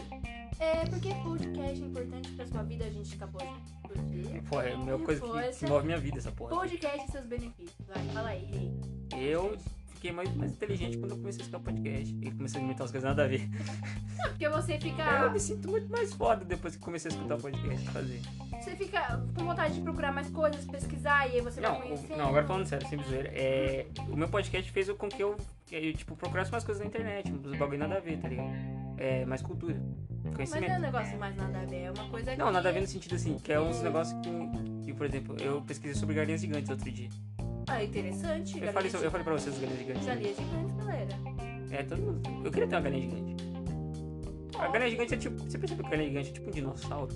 S2: É, por que podcast é importante pra sua vida? A gente acabou de. Por quê?
S1: Porra, é a melhor coisa que, que
S2: Força.
S1: move minha vida, essa porra.
S2: Podcast e seus benefícios. Vai, fala aí, rei.
S1: Eu fiquei mais, mais inteligente quando eu comecei a escutar podcast e comecei a inventar umas coisas nada a ver.
S2: Não, Ah, porque você
S1: Eu
S2: fica.
S1: me sinto muito mais foda depois que comecei a escutar podcast e fazer.
S2: Você fica com vontade de procurar mais coisas, pesquisar, e aí você
S1: Não,
S2: vai
S1: o-
S2: conhecendo. é
S1: não, é agora falando sério, sem zoeira, é, o meu podcast fez com que eu, que eu, tipo, procurasse umas coisas na internet, uns bagulho nada a ver, tá ligado? É, mais cultura,
S2: Mas não é um
S1: conhecimento.
S2: negócio mais nada a ver, é uma coisa
S1: Não,
S2: que-
S1: nada a ver no sentido assim, que é uns negócios que, que, por exemplo, eu pesquisei sobre galinhas gigantes outro dia.
S2: Ah, interessante.
S1: Eu falei, sobre- eu falei pra vocês das galinhas gigantes.
S2: Já li esse grande, galera.
S1: É, todo mundo. Eu queria ter uma galinha gigante. A galinha gigante é tipo. Você percebe que a galinha gigante é tipo um dinossauro?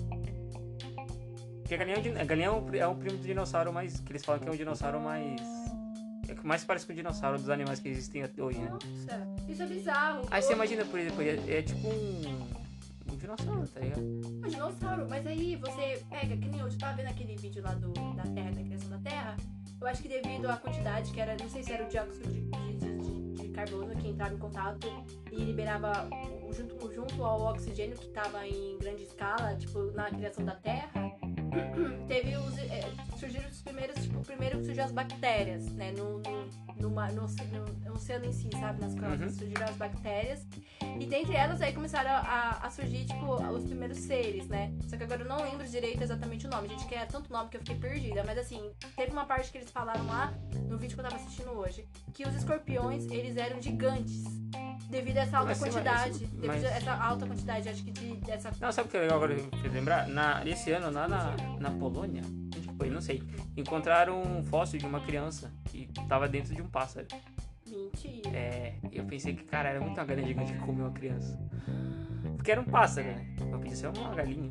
S1: Porque a galinha, é um din- a galinha é, um, pri- é um primo do dinossauro mais. Que eles falam que é um dinossauro mais. É que mais parece com o dinossauro dos animais que existem até hoje, né?
S2: Nossa, isso é bizarro.
S1: Aí você imagina, por exemplo, é, é tipo um. Um dinossauro, tá ligado?
S2: Um dinossauro, mas aí você pega, que nem eu tava vendo aquele vídeo lá do, da Terra, da criação da Terra. Eu acho que devido à quantidade que era, não sei se era o dióxido de, de- de- de- de carbono que entrava em contato e liberava o- junto, junto ao oxigênio que tava em grande escala, tipo, na criação da Terra, teve os, é, surgiram os primeiros, tipo, primeiro que surgiu as bactérias, né, no, no, no, mar- no, oce- no- no oceano em si, sabe, nas costas,
S1: Uhum.
S2: surgiram as bactérias. E dentre elas aí começaram a, a surgir, tipo, os primeiros seres, né? Só que agora eu não lembro direito exatamente o nome, gente, que era tanto nome que eu fiquei perdida. Mas assim, teve uma parte que eles falaram lá, no vídeo que eu tava assistindo hoje, que os escorpiões, eles eram gigantes. Devido a essa alta
S1: Mas você vai-
S2: quantidade.
S1: mas-
S2: Devido a essa alta quantidade, acho que de, dessa.
S1: Não, sabe o que é legal agora que eu fui lembrar? Na, esse ano, lá na, na Polônia, onde que foi? Não sei. Encontraram um fóssil de uma criança que tava dentro de um pássaro.
S2: Mentira.
S1: É, eu pensei que, cara, era muito uma galinha gigante que comeu uma criança. Porque era um pássaro, né? Eu pensei, isso é uma galinha.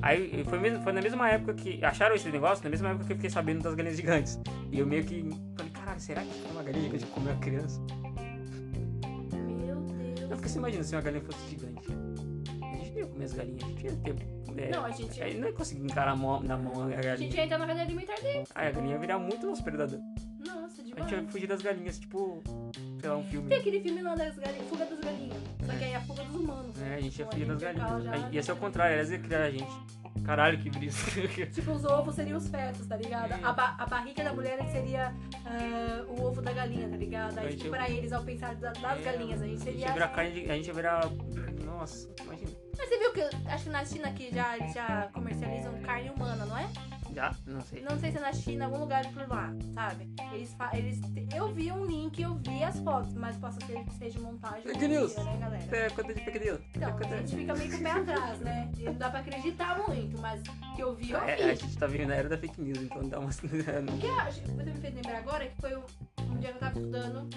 S1: Aí foi, mesmo, foi na mesma época que. Acharam esse negócio, na mesma época que eu fiquei sabendo das galinhas gigantes. E eu meio que falei, caralho, será que foi uma galinha gigante que comeu uma criança? É.
S2: Meu
S1: Eu
S2: Deus.
S1: fiquei se imaginando se uma galinha fosse gigante. A gente não ia comer as galinhas, a gente ia ter. é,
S2: Não, a gente-
S1: aí não ia conseguir encarar a mão- na mão a
S2: A gente
S1: galinha.
S2: ia entrar na cadeia alimentar dele.
S1: Aí a galinha ia virar muito nosso predador.
S2: Nossa,
S1: A gente ia
S2: demais.
S1: fugir das galinhas, tipo. Sei lá, um filme.
S2: Tem aquele filme lá das galinhas, Fuga das Galinhas. Só que aí é a fuga dos humanos.
S1: É, a gente ia
S2: Então,
S1: fugir das
S2: acaba
S1: galinhas.
S2: já-
S1: Aí Ia ser é o contrário, elas iam criar a gente. Caralho, que brisa.
S2: Tipo, os ovos seriam os fetos, tá ligado?
S1: É.
S2: A, ba- a barriga da mulher seria ah, o ovo da galinha, tá ligado?
S1: A
S2: Aí,
S1: gente
S2: tipo,
S1: ia-
S2: pra eles, ao pensar da- das
S1: É,
S2: galinhas, a gente seria. assim?
S1: ia virar carne de. A gente ia virar. Nossa, imagina.
S2: Mas você viu que acho que na China aqui já, já comercializam carne humana, não é?
S1: Já? Não sei.
S2: Não sei se é na China, algum lugar por lá, sabe? Eles, fa- eles Eu vi um link, eu vi as fotos, mas possa ser que seja montagem.
S1: Fake
S2: mentira,
S1: news.
S2: né, galera?
S1: É, conta de pequenino.
S2: Então, a gente fica meio com o pé atrás, né? E Não dá pra acreditar muito, mas que eu vi, eu vi.
S1: É, a gente tá vivendo na era da fake news, então dá uma.
S2: O que eu acho, você me fez lembrar agora que foi um, um dia que eu tava estudando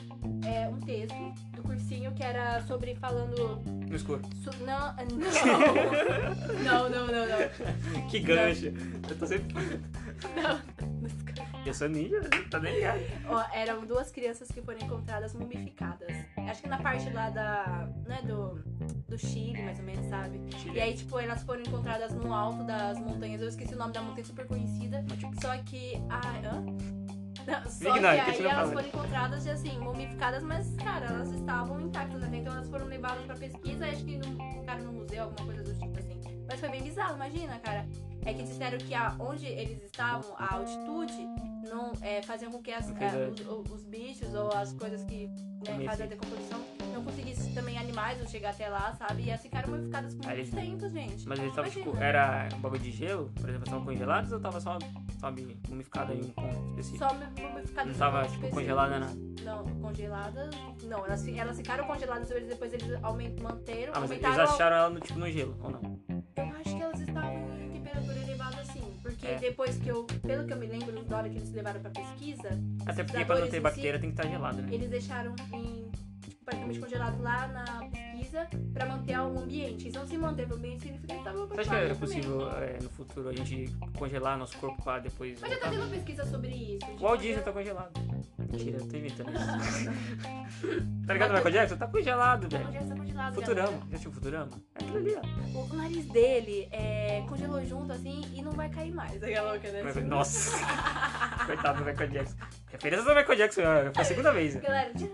S2: é, um texto do cursinho que era sobre falando.
S1: no escuro.
S2: so- não, não, não, não, não, não.
S1: Que gancho. Eu tô sempre.
S2: não.
S1: Eu sou ninja, tá nem ligado.
S2: Ó, eram duas crianças que foram encontradas mumificadas. Acho que na parte lá da. né, do. do Chile, mais ou menos, sabe? E aí, tipo, elas foram encontradas no alto das montanhas. Eu esqueci o nome da montanha super conhecida. Só que a. hã? Não, Só
S1: Ignore,
S2: que aí
S1: continua
S2: elas
S1: falando.
S2: foram encontradas e assim, mumificadas, mas, cara, elas estavam intactas, né? Então elas foram levadas pra pesquisa, acho que num, ficaram no museu, alguma coisa do tipo assim. Mas foi bem bizarro, imagina, cara. É que disseram que a, onde eles estavam, a altitude, não é, faziam com que as,
S1: Não fez
S2: é,
S1: a-
S2: os, o- os bichos ou as coisas que né,
S1: Também
S2: fazem a
S1: sim.
S2: decomposição não conseguissem também animais ou chegar até lá, sabe? E elas ficaram mumificadas por
S1: Aí eles-
S2: muito tempo, gente.
S1: Mas eles estavam, tipo,
S2: Imagina.
S1: era um bagulho de gelo? Por exemplo, estavam congelados ou tava só, sabe, mumificado em um ponto específico?
S2: Só mumificadas.
S1: Não
S2: por
S1: tava,
S2: muito
S1: tipo,
S2: específico.
S1: congelada, nada.
S2: Não, congeladas. Não, elas, fi- elas ficaram congeladas, eles- depois eles aument, manteram.
S1: Ah, mas eles
S2: aumentaram a-
S1: acharam ela no, tipo, no gelo, ou não?
S2: Eu acho que elas estavam
S1: É.
S2: depois que eu, pelo que eu me lembro, da hora que eles levaram pra pesquisa,
S1: Até porque pra não
S2: sabores em
S1: ter
S2: si, É,
S1: bactéria tem que estar gelado, né?
S2: eles deixaram em, tipo, praticamente congelado lá na pesquisa pra manter o ambiente. Então se manteve o ambiente significa que tá tava
S1: Você acha que é possível é, no futuro a gente congelar nosso corpo pra depois
S2: Mas já tá
S1: voltar?
S2: tendo pesquisa sobre isso. tipo,
S1: O
S2: de
S1: Walt Disney
S2: manter-
S1: tá congelado. Mentira, eu tô inventando isso. tá ligado, Michael Jackson? Tá congelado,
S2: Tá
S1: velho.
S2: congelado, tá congelado,
S1: Futurama.
S2: galera.
S1: Já assistiu Futurama? É aquilo ali, ó.
S2: O o nariz dele é, congelou junto assim e não vai cair mais. Aquela louca, né?
S1: Mas- Nossa. Coitado do Michael Jackson. Referência do Michael Jackson, ó, foi a segunda vez. ó.
S2: Galera, just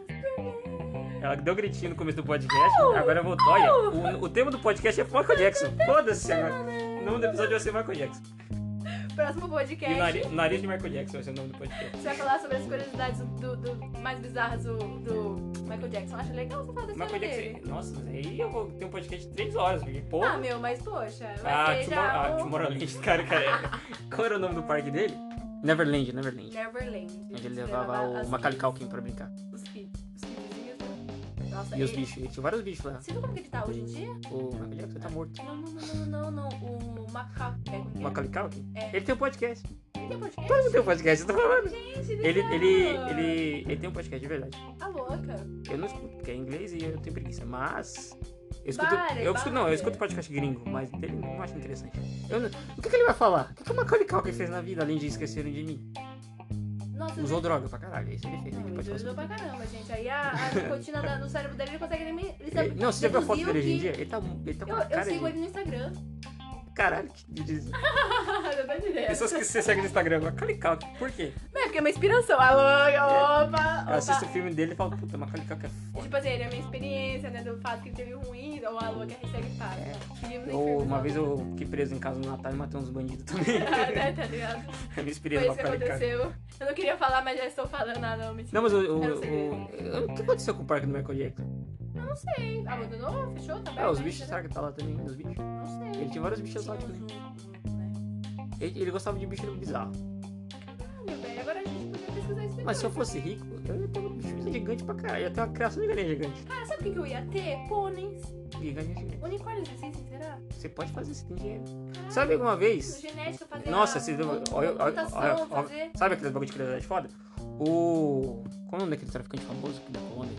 S1: Ela deu um gritinho no começo do podcast, agora voltou. Olha, o, o tema do podcast é Michael Jackson. Foda-se agora. O nome do episódio vai ser Michael Jackson.
S2: próximo
S1: E o
S2: podcast.
S1: nariz, o nariz de Michael Jackson vai ser o nome do podcast.
S2: Você vai falar sobre as curiosidades do, do- mais bizarras do, do Michael Jackson. Acho legal você falar da história
S1: Michael
S2: dele.
S1: Jackson. Nossa, mas aí eu vou ter um podcast de 3 horas, porque, pô.
S2: Ah, meu, mas poxa, vai
S1: Ah,
S2: ser já
S1: Tomorrow- ah,
S2: um
S1: Tomorrowland, cara, cara. Qual era o nome do parque dele? Neverland, Neverland.
S2: Neverland.
S1: Onde ele levava o
S2: as
S1: Macaulay
S2: kids,
S1: Culkin pra brincar.
S2: Os kids, os kidzinhos, né? Nossa,
S1: E os
S2: e-
S1: bichos, né? ele tinha vários bichos lá.
S2: Você viu como que ele tá hoje em dia? É,
S1: O Michael Jackson tá morto.
S2: Não, não, não, não, não, não. O macaco. É, como que
S1: O
S2: é?
S1: Macaulay Culkin?
S2: É.
S1: Ele tem um podcast.
S2: Ele tem podcast?
S1: Claro que tem um podcast, eu tô falando.
S2: Gente,
S1: Ele,
S2: legal.
S1: ele, ele, ele tem um podcast de verdade.
S2: Tá louca.
S1: Eu não escuto, porque é inglês e eu tenho preguiça. Mas. Eu escuto.
S2: Vale,
S1: eu escuto não, eu
S2: vale.
S1: escuto podcast gringo, mas dele não acho interessante. Eu não- o que, que ele vai falar? O que, que o Macaulay Culkin fez na vida, além de esquecerem de mim?
S2: Nossa,
S1: Usou droga pra caralho, é isso ele fez.
S2: Não,
S1: ele
S2: ele
S1: pode falar sobre
S2: ajudou Uhum. pra caramba, gente. Aí a, a nicotina da- no cérebro dele ele não consegue nem. me- Ele sabe-
S1: Ele- Não, você já viu a foto
S2: deduziu
S1: dele hoje em
S2: que-
S1: dia? Ele tá, ele tá com
S2: Eu,
S1: uma
S2: eu
S1: cara
S2: sigo
S1: de...
S2: ele no Instagram.
S1: Caralho, que de- de-
S2: eu tô direto.
S1: Pessoas que você segue no Instagram, Macaulay Culkin, por quê?
S2: Mas é porque é uma inspiração. Alô, opa!
S1: É. Eu
S2: opa.
S1: assisto o filme dele e falo, puta, Macaulay Culkin é foda.
S2: Tipo assim, ele é a minha experiência, né? Do fato que ele teve ruim, ou a lua que a hashtag faz. Vivemos em
S1: É. Ou uma
S2: enfermos,
S1: vez eu fiquei preso em casa no Natal e matei uns bandidos também.
S2: né, tá ligado?
S1: eu me inspirei
S2: Foi
S1: no
S2: isso que
S1: Macaulay Culkin.
S2: aconteceu. Eu não queria falar, mas já estou falando. Ah, não, mentira.
S1: Não, mas o, o,
S2: Era um
S1: o, o- o que aconteceu com o parque do Michael Jackson?
S2: Eu não sei. Ah, Abandonou? Fechou?
S1: Ah,
S2: Tá aberto
S1: os
S2: ainda,
S1: bichos,
S2: né?
S1: será que tá lá também? Os bichos?
S2: Não sei.
S1: Ele tinha vários bichos
S2: Tinha
S1: exóticos, né?
S2: uns- uns- uns, né?
S1: Ele, ele gostava de bicho bizarro.
S2: Meu bem, agora a gente podia pesquisar isso
S1: Mas se eu
S2: depois.
S1: fosse rico, eu ia ter um bicho gigante pra caralho. Eu ia ter uma criação de galinha gigante.
S2: Cara, Ah, sabe o que que eu ia ter? Pôneis.
S1: E galinha gigante.
S2: Unicórnios existem, será? Ah,
S1: Você pode fazer isso, tem dinheiro.
S2: Caralho,
S1: Sabe alguma vez?
S2: Genética, fazer
S1: Nossa,
S2: a,
S1: se
S2: uma-
S1: deu-
S2: uma
S1: olha- olha-
S2: mutação,
S1: olha- olha-
S2: um fazer...
S1: Sabe aqueles bagulho de curiosidade foda? O. Qual é o nome daquele traficante famoso que da Colômbia?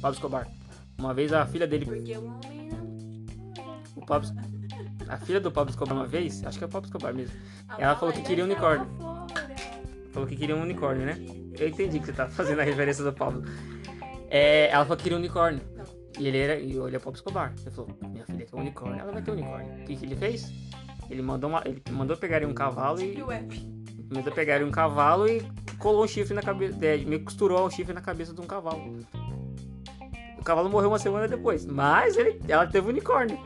S1: Pablo Escobar. Uma vez a filha dele.
S2: Porque o homem não...
S1: O Pablo. A filha do Pablo Escobar uma vez, acho que é o Pablo Escobar mesmo. Ela falou que queria unicórnio.
S2: tá
S1: Falou que queria um unicórnio, né? Eu entendi que você tá fazendo a referência do Pablo. É, ela falou que queria um unicórnio. E ele era. E olha o Pablo Escobar. Ele falou, minha filha quer um unicórnio, ela vai ter um unicórnio. O que, que ele fez? Ele mandou uma. Ele mandou pegarem um cavalo e.
S2: E o app.
S1: Mas eu pegaram um cavalo e colou um chifre na cabeça. É, meio que costurou o chifre na cabeça de um cavalo. O cavalo morreu uma semana depois. Mas ele, ela teve unicórnio.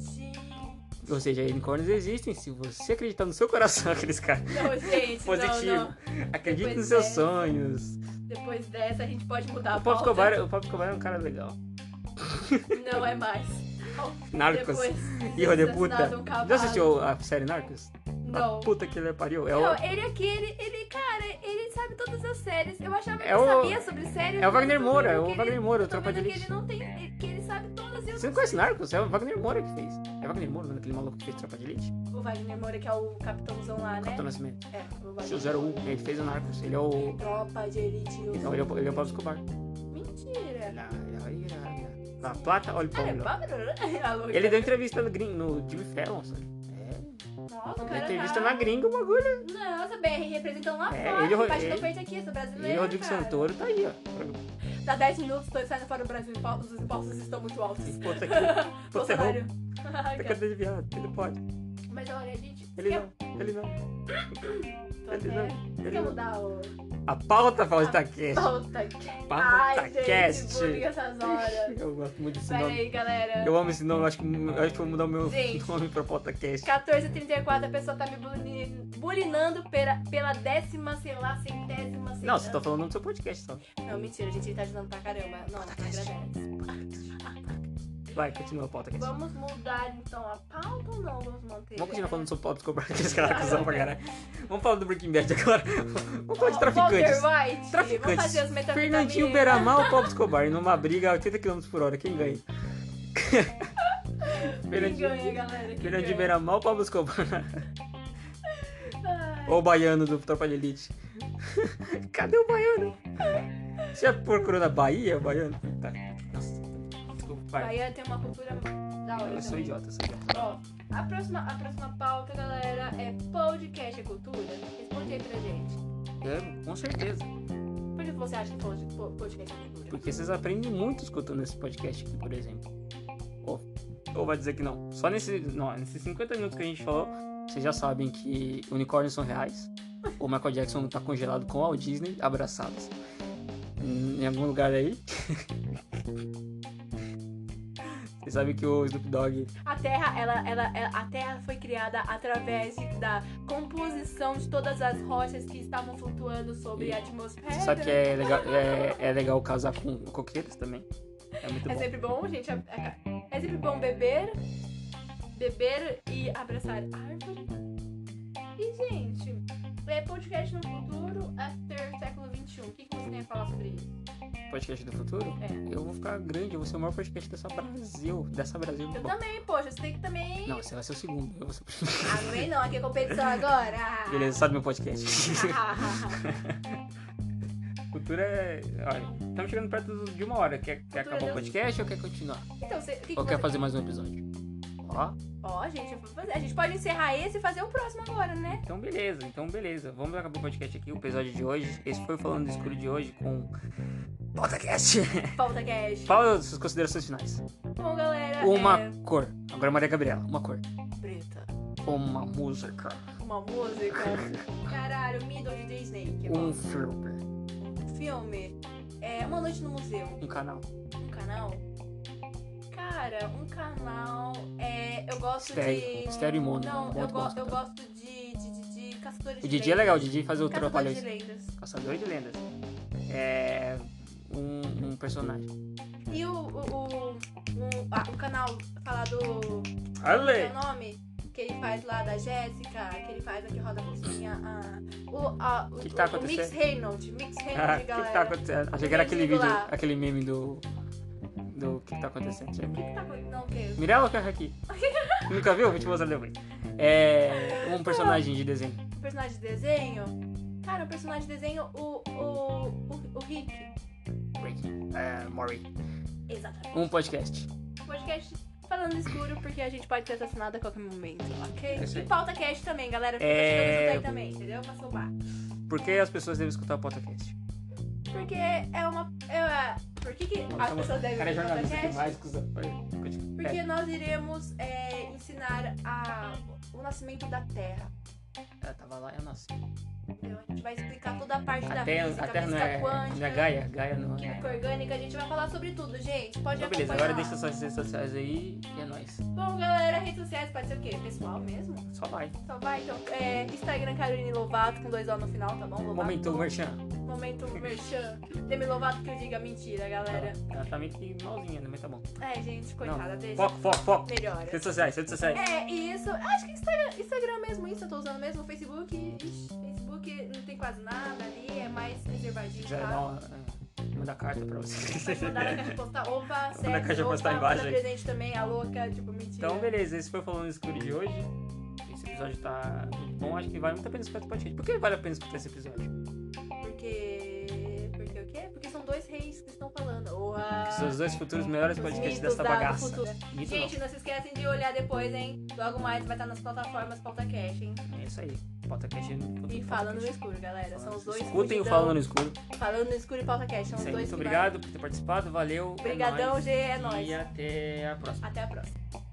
S2: Gente.
S1: Ou seja, unicórnios existem. Se você acreditar no seu coração, aqueles caras.
S2: Não, gente,
S1: Positivo.
S2: não, não.
S1: Acredite
S2: Pois
S1: nos seus
S2: é.
S1: sonhos.
S2: Depois dessa a gente pode mudar a
S1: O Pablo,
S2: pauta.
S1: Escobar, o Pablo Escobar é um cara legal.
S2: Não é mais.
S1: Narcos.
S2: Depois de
S1: Hijo de
S2: ser
S1: puta.
S2: assassinado um
S1: Já
S2: cavalo.
S1: assistiu a série Narcos?
S2: Não.
S1: A puta que ele pariu. É
S2: Não,
S1: o,
S2: ele aqui, ele, ele, cara, ele sabe todas as séries. Eu achava que
S1: É o-
S2: sabia sobre séries.
S1: é o
S2: mas eu
S1: Wagner
S2: tô
S1: Moura. É
S2: vendo que
S1: o
S2: ele-
S1: Wagner Moura, o
S2: eu tô
S1: Tropa de
S2: vendo que
S1: Elite.
S2: ele não tem. é, Que ele sabe todas e eu
S1: Você não conhece Narcos? É o Wagner Moura que fez. É o Wagner Moura, mano, aquele maluco que fez Tropa de Elite.
S2: O Wagner Moura, que é o capitãozão lá, né?
S1: Capitão Nascimento.
S2: É, o Wagner.
S1: O 01, ele fez o Narcos. Ele é o.
S2: Tropa de Elite. o-
S1: um. Não, ele é o, ele é o Pablo Escobar.
S2: Mentira.
S1: La, la, la, la, la Plata olha o
S2: Ah, é
S1: Paulo.
S2: Pablo? Alô,
S1: Ele deu entrevista no, gring, no Jimmy Fallon, sabe? É,
S2: Nossa, o
S1: deu
S2: cara
S1: entrevista
S2: tá...
S1: na gringa, o bagulho.
S2: Nossa, BR representando lá
S1: É,
S2: fora.
S1: ele e o-
S2: Batidão
S1: ele-
S2: frente aqui, eu sou
S1: E
S2: brasileiro,
S1: o Rodrigo
S2: é, cara.
S1: Santoro tá aí, ó.
S2: Dá 10 minutos, tô saindo fora do Brasil. impostos- Os impostos estão muito altos.
S1: Puta que... Puta
S2: Bolsonaro.
S1: errou.
S2: Ai,
S1: Tá
S2: cara.
S1: cadê de viado? Ele pode.
S2: Mas olha, gente...
S1: Ele
S2: quer-
S1: não. Ele não.
S2: Tô
S1: Ele
S2: até-
S1: não.
S2: Você
S1: Ele
S2: quer
S1: não.
S2: mudar Ah. o...
S1: A pauta fala de Takeshi.
S2: Pauta Ai,
S1: Pauta
S2: gente,
S1: cast.
S2: bullying essas horas.
S1: Eu gosto muito desse
S2: Pera
S1: nome.
S2: aí, galera.
S1: Eu amo esse nome, eu acho que, eu acho que vou mudar o meu
S2: Gente. assim,
S1: nome pra pauta cast.
S2: 14h34, a pessoa tá me bulini- bulinando pela, pela décima, sei lá, centésima, sei
S1: Não,
S2: lá.
S1: você tá falando do seu podcast só.
S2: Não, mentira, gente, ele tá ajudando pra caramba. Não, não
S1: Podcast.
S2: agradece.
S1: Vai, continua a pauta cast.
S2: Vamos mudar, então, a pauta ou não? Vamos manter?
S1: Vamos continuar falando sobre Pablo Escobar, que esse cara é cuzão pra caralho. Vamos falar do Breaking Bad agora. Vamos falar de traficantes.
S2: Walter tá White. Vamos fazer os
S1: Traficantes.
S2: metafetaminas.
S1: Fernandinho Beramal ou Pablo Escobar? Numa briga a 80 km por hora, quem ganha?
S2: Quem
S1: Fernandinho,
S2: ganha, galera? Quem
S1: Fernandinho
S2: ganha?
S1: Beramal ou Pablo Escobar? Ou o baiano do Tropa de Elite. Cadê o baiano? Você já procurou na Bahia o baiano? Tá. Nossa, desculpa, vai.
S2: Bahia tem uma cultura da hora.
S1: Eu sou
S2: também.
S1: idiota, eu sou idiota.
S2: Ó, a próxima, a próxima pauta, galera, é podcast é cultura? Responde aí pra gente.
S1: É, com certeza.
S2: Por que você acha que pod- po- podcast é cultura?
S1: Porque vocês aprendem muito escutando esse podcast aqui, por exemplo. Ou, ou vai dizer que não. Só nesse, não, nesses 50 minutos que a gente falou, vocês já sabem que unicórnios são reais. O Michael Jackson tá congelado com a Walt Disney, abraçados. Em algum lugar aí. Vocês sabem que o Snoop Dogg
S2: A Terra, ela, ela, ela- a Terra foi criada através de- da composição de todas as rochas que estavam flutuando sobre
S1: E-
S2: a atmosfera.
S1: Você sabe que é legal, é, é legal casar com coqueiros também. É muito
S2: É
S1: bom.
S2: sempre bom, gente. É, é- é sempre bom beber, beber e abraçar árvore. E, gente, é podcast no futuro after século XXI. O que, que você tem a falar sobre isso?
S1: Podcast do futuro?
S2: É.
S1: Eu vou ficar grande, eu vou ser o maior podcast dessa Brasil. Dessa Brasil.
S2: Eu
S1: Bom,
S2: também, poxa, você tem que também.
S1: não, você vai ser o segundo, eu vou ser o primeiro.
S2: Ah, não vem não, aqui é competição agora.
S1: Beleza, sabe meu podcast.
S2: Cultura
S1: Cultura é. Olha, estamos chegando perto de uma hora. Quer, quer acabar o
S2: Deus.
S1: podcast ou quer continuar?
S2: então, você, o que, que
S1: Ou quer
S2: você...
S1: fazer mais um episódio? Ó,
S2: Ó, gente, eu vou fazer. A gente pode encerrar esse e fazer o próximo agora, né?
S1: então beleza, então beleza. Vamos acabar o podcast aqui, o episódio de hoje. Esse foi o Falando do Escuro de hoje com. Podcast!
S2: Falta cash. Tá
S1: Fala suas considerações finais.
S2: Bom, galera.
S1: Uma
S2: É...
S1: cor. Agora Maria Gabriela, uma cor.
S2: Preta.
S1: Uma música.
S2: Uma música. Caralho, um Middle de Disney. Que é
S1: Um
S2: bom.
S1: filme.
S2: um filme. É, uma noite no museu.
S1: Um canal.
S2: Um canal. Cara, um canal. É, eu gosto
S1: Estéreo.
S2: de.
S1: Estéreo e mono.
S2: Não, eu,
S1: Muito
S2: go
S1: bom.
S2: eu gosto de, de, de, de caçadores
S1: tá? O
S2: de
S1: Didi é legal, o Didi faz o
S2: Caçadores
S1: trabalho.
S2: de lendas.
S1: Caçador de lendas. É. Um, um personagem.
S2: E o, o, o, o- ah, o canal falar do
S1: Ale!
S2: meu nome, que ele faz lá da Jéssica, que ele faz aqui roda a bolsinha, ah, o, a, o,
S1: Que que tá
S2: o Mix
S1: acontecendo?
S2: Reynolds, Mix
S1: Ah, o
S2: Reynolds,
S1: que,
S2: galera.
S1: que tá acontecendo? Achei que era aquele
S2: mendigo
S1: vídeo,
S2: lá.
S1: aquele meme do. Do que, que tá acontecendo.
S2: O que tá acontecendo? Não, o quê?
S1: Mirella ou Carra aqui? Nunca viu? Vou te mostrar depois. É. Um personagem de desenho.
S2: O personagem de desenho? Cara, o personagem de desenho, o, o, o, o Rick.
S1: Rick. É, Mori.
S2: Exatamente.
S1: Um podcast.
S2: Podcast falando no escuro, porque a gente pode ser assassinado a qualquer momento, ok?
S1: É isso aí.
S2: E pauta cast também, galera. Fica
S1: É.
S2: chegando isso aí também, entendeu? Pra salvar.
S1: Por que as pessoas devem escutar o podcast?
S2: Porque é uma. É, por que, que as pessoas devem
S1: Cara, é
S2: ouvir o
S1: jornalista
S2: podcast?
S1: demais, né? cuzão. Continua.
S2: Porque nós iremos é, ensinar a- o nascimento da Terra.
S1: É, ela tava lá, eu nasci.
S2: entendeu? A gente vai explicar toda a parte
S1: Até,
S2: da física,
S1: até não,
S2: física
S1: é, não
S2: quântica,
S1: é Gaia? Gaia não é.
S2: química orgânica. A gente vai falar sobre tudo, gente. Pode
S1: Então, beleza,
S2: acompanhar.
S1: agora deixa suas redes sociais aí e é nóis.
S2: Bom, galera, redes sociais pode ser o quê? Pessoal mesmo?
S1: Só vai.
S2: Só vai, então. é, Instagram Caroline Lovato, com dois O no final, tá bom? Lovato,
S1: Momento, Merchan.
S2: Momento Merchan. Demi Lovato que eu diga mentira, galera.
S1: Ela tá meio que malzinha, né? Mas tá bom.
S2: É, gente, coitada, deixa.
S1: Foco, foco, foco.
S2: Melhora.
S1: Redes sociais, redes sociais.
S2: É, e isso. Acho que Instagram, Instagram mesmo, isso eu tô usando mesmo. Facebook, ixi, Facebook não tem quase nada ali, é mais
S1: Se
S2: reservadinho.
S1: quiser
S2: Tá?
S1: dar uma, é, mandar carta pra
S2: Pode
S1: vocês.
S2: mandar na caixa de postal. Opa, sério.
S1: caixa de postal
S2: opa,
S1: embaixo.
S2: manda presente também, a louca, tipo, mentira.
S1: Então, beleza, esse foi o Falando no Escuro de hoje. Esse episódio tá muito bom, acho que vale muito a pena escutar esse podcast. Por que vale a pena escutar esse episódio?
S2: Porque. Porque o quê? Porque são dois reis que estão falando.
S1: Porque são
S2: Uau.
S1: os dois futuros melhores
S2: Os
S1: podcasts
S2: mitos
S1: dessa
S2: da- do
S1: bagaça.
S2: futuro.
S1: Mito
S2: Gente, não se esquecem de olhar depois, hein? Logo mais vai estar nas plataformas Pauta Cash, hein?
S1: não. É isso aí. Bota cast no futuro.
S2: E
S1: bota
S2: falando no
S1: cast.
S2: escuro, galera. São os dois.
S1: Escutem o
S2: fudidão.
S1: Falando no Escuro.
S2: Falando no escuro e pauta cash.
S1: Isso
S2: São os
S1: aí,
S2: dois.
S1: muito
S2: que vai.
S1: obrigado por ter participado, valeu. é
S2: Obrigadão,
S1: nóis.
S2: G. É
S1: E
S2: nóis.
S1: até a próxima.
S2: Até a próxima.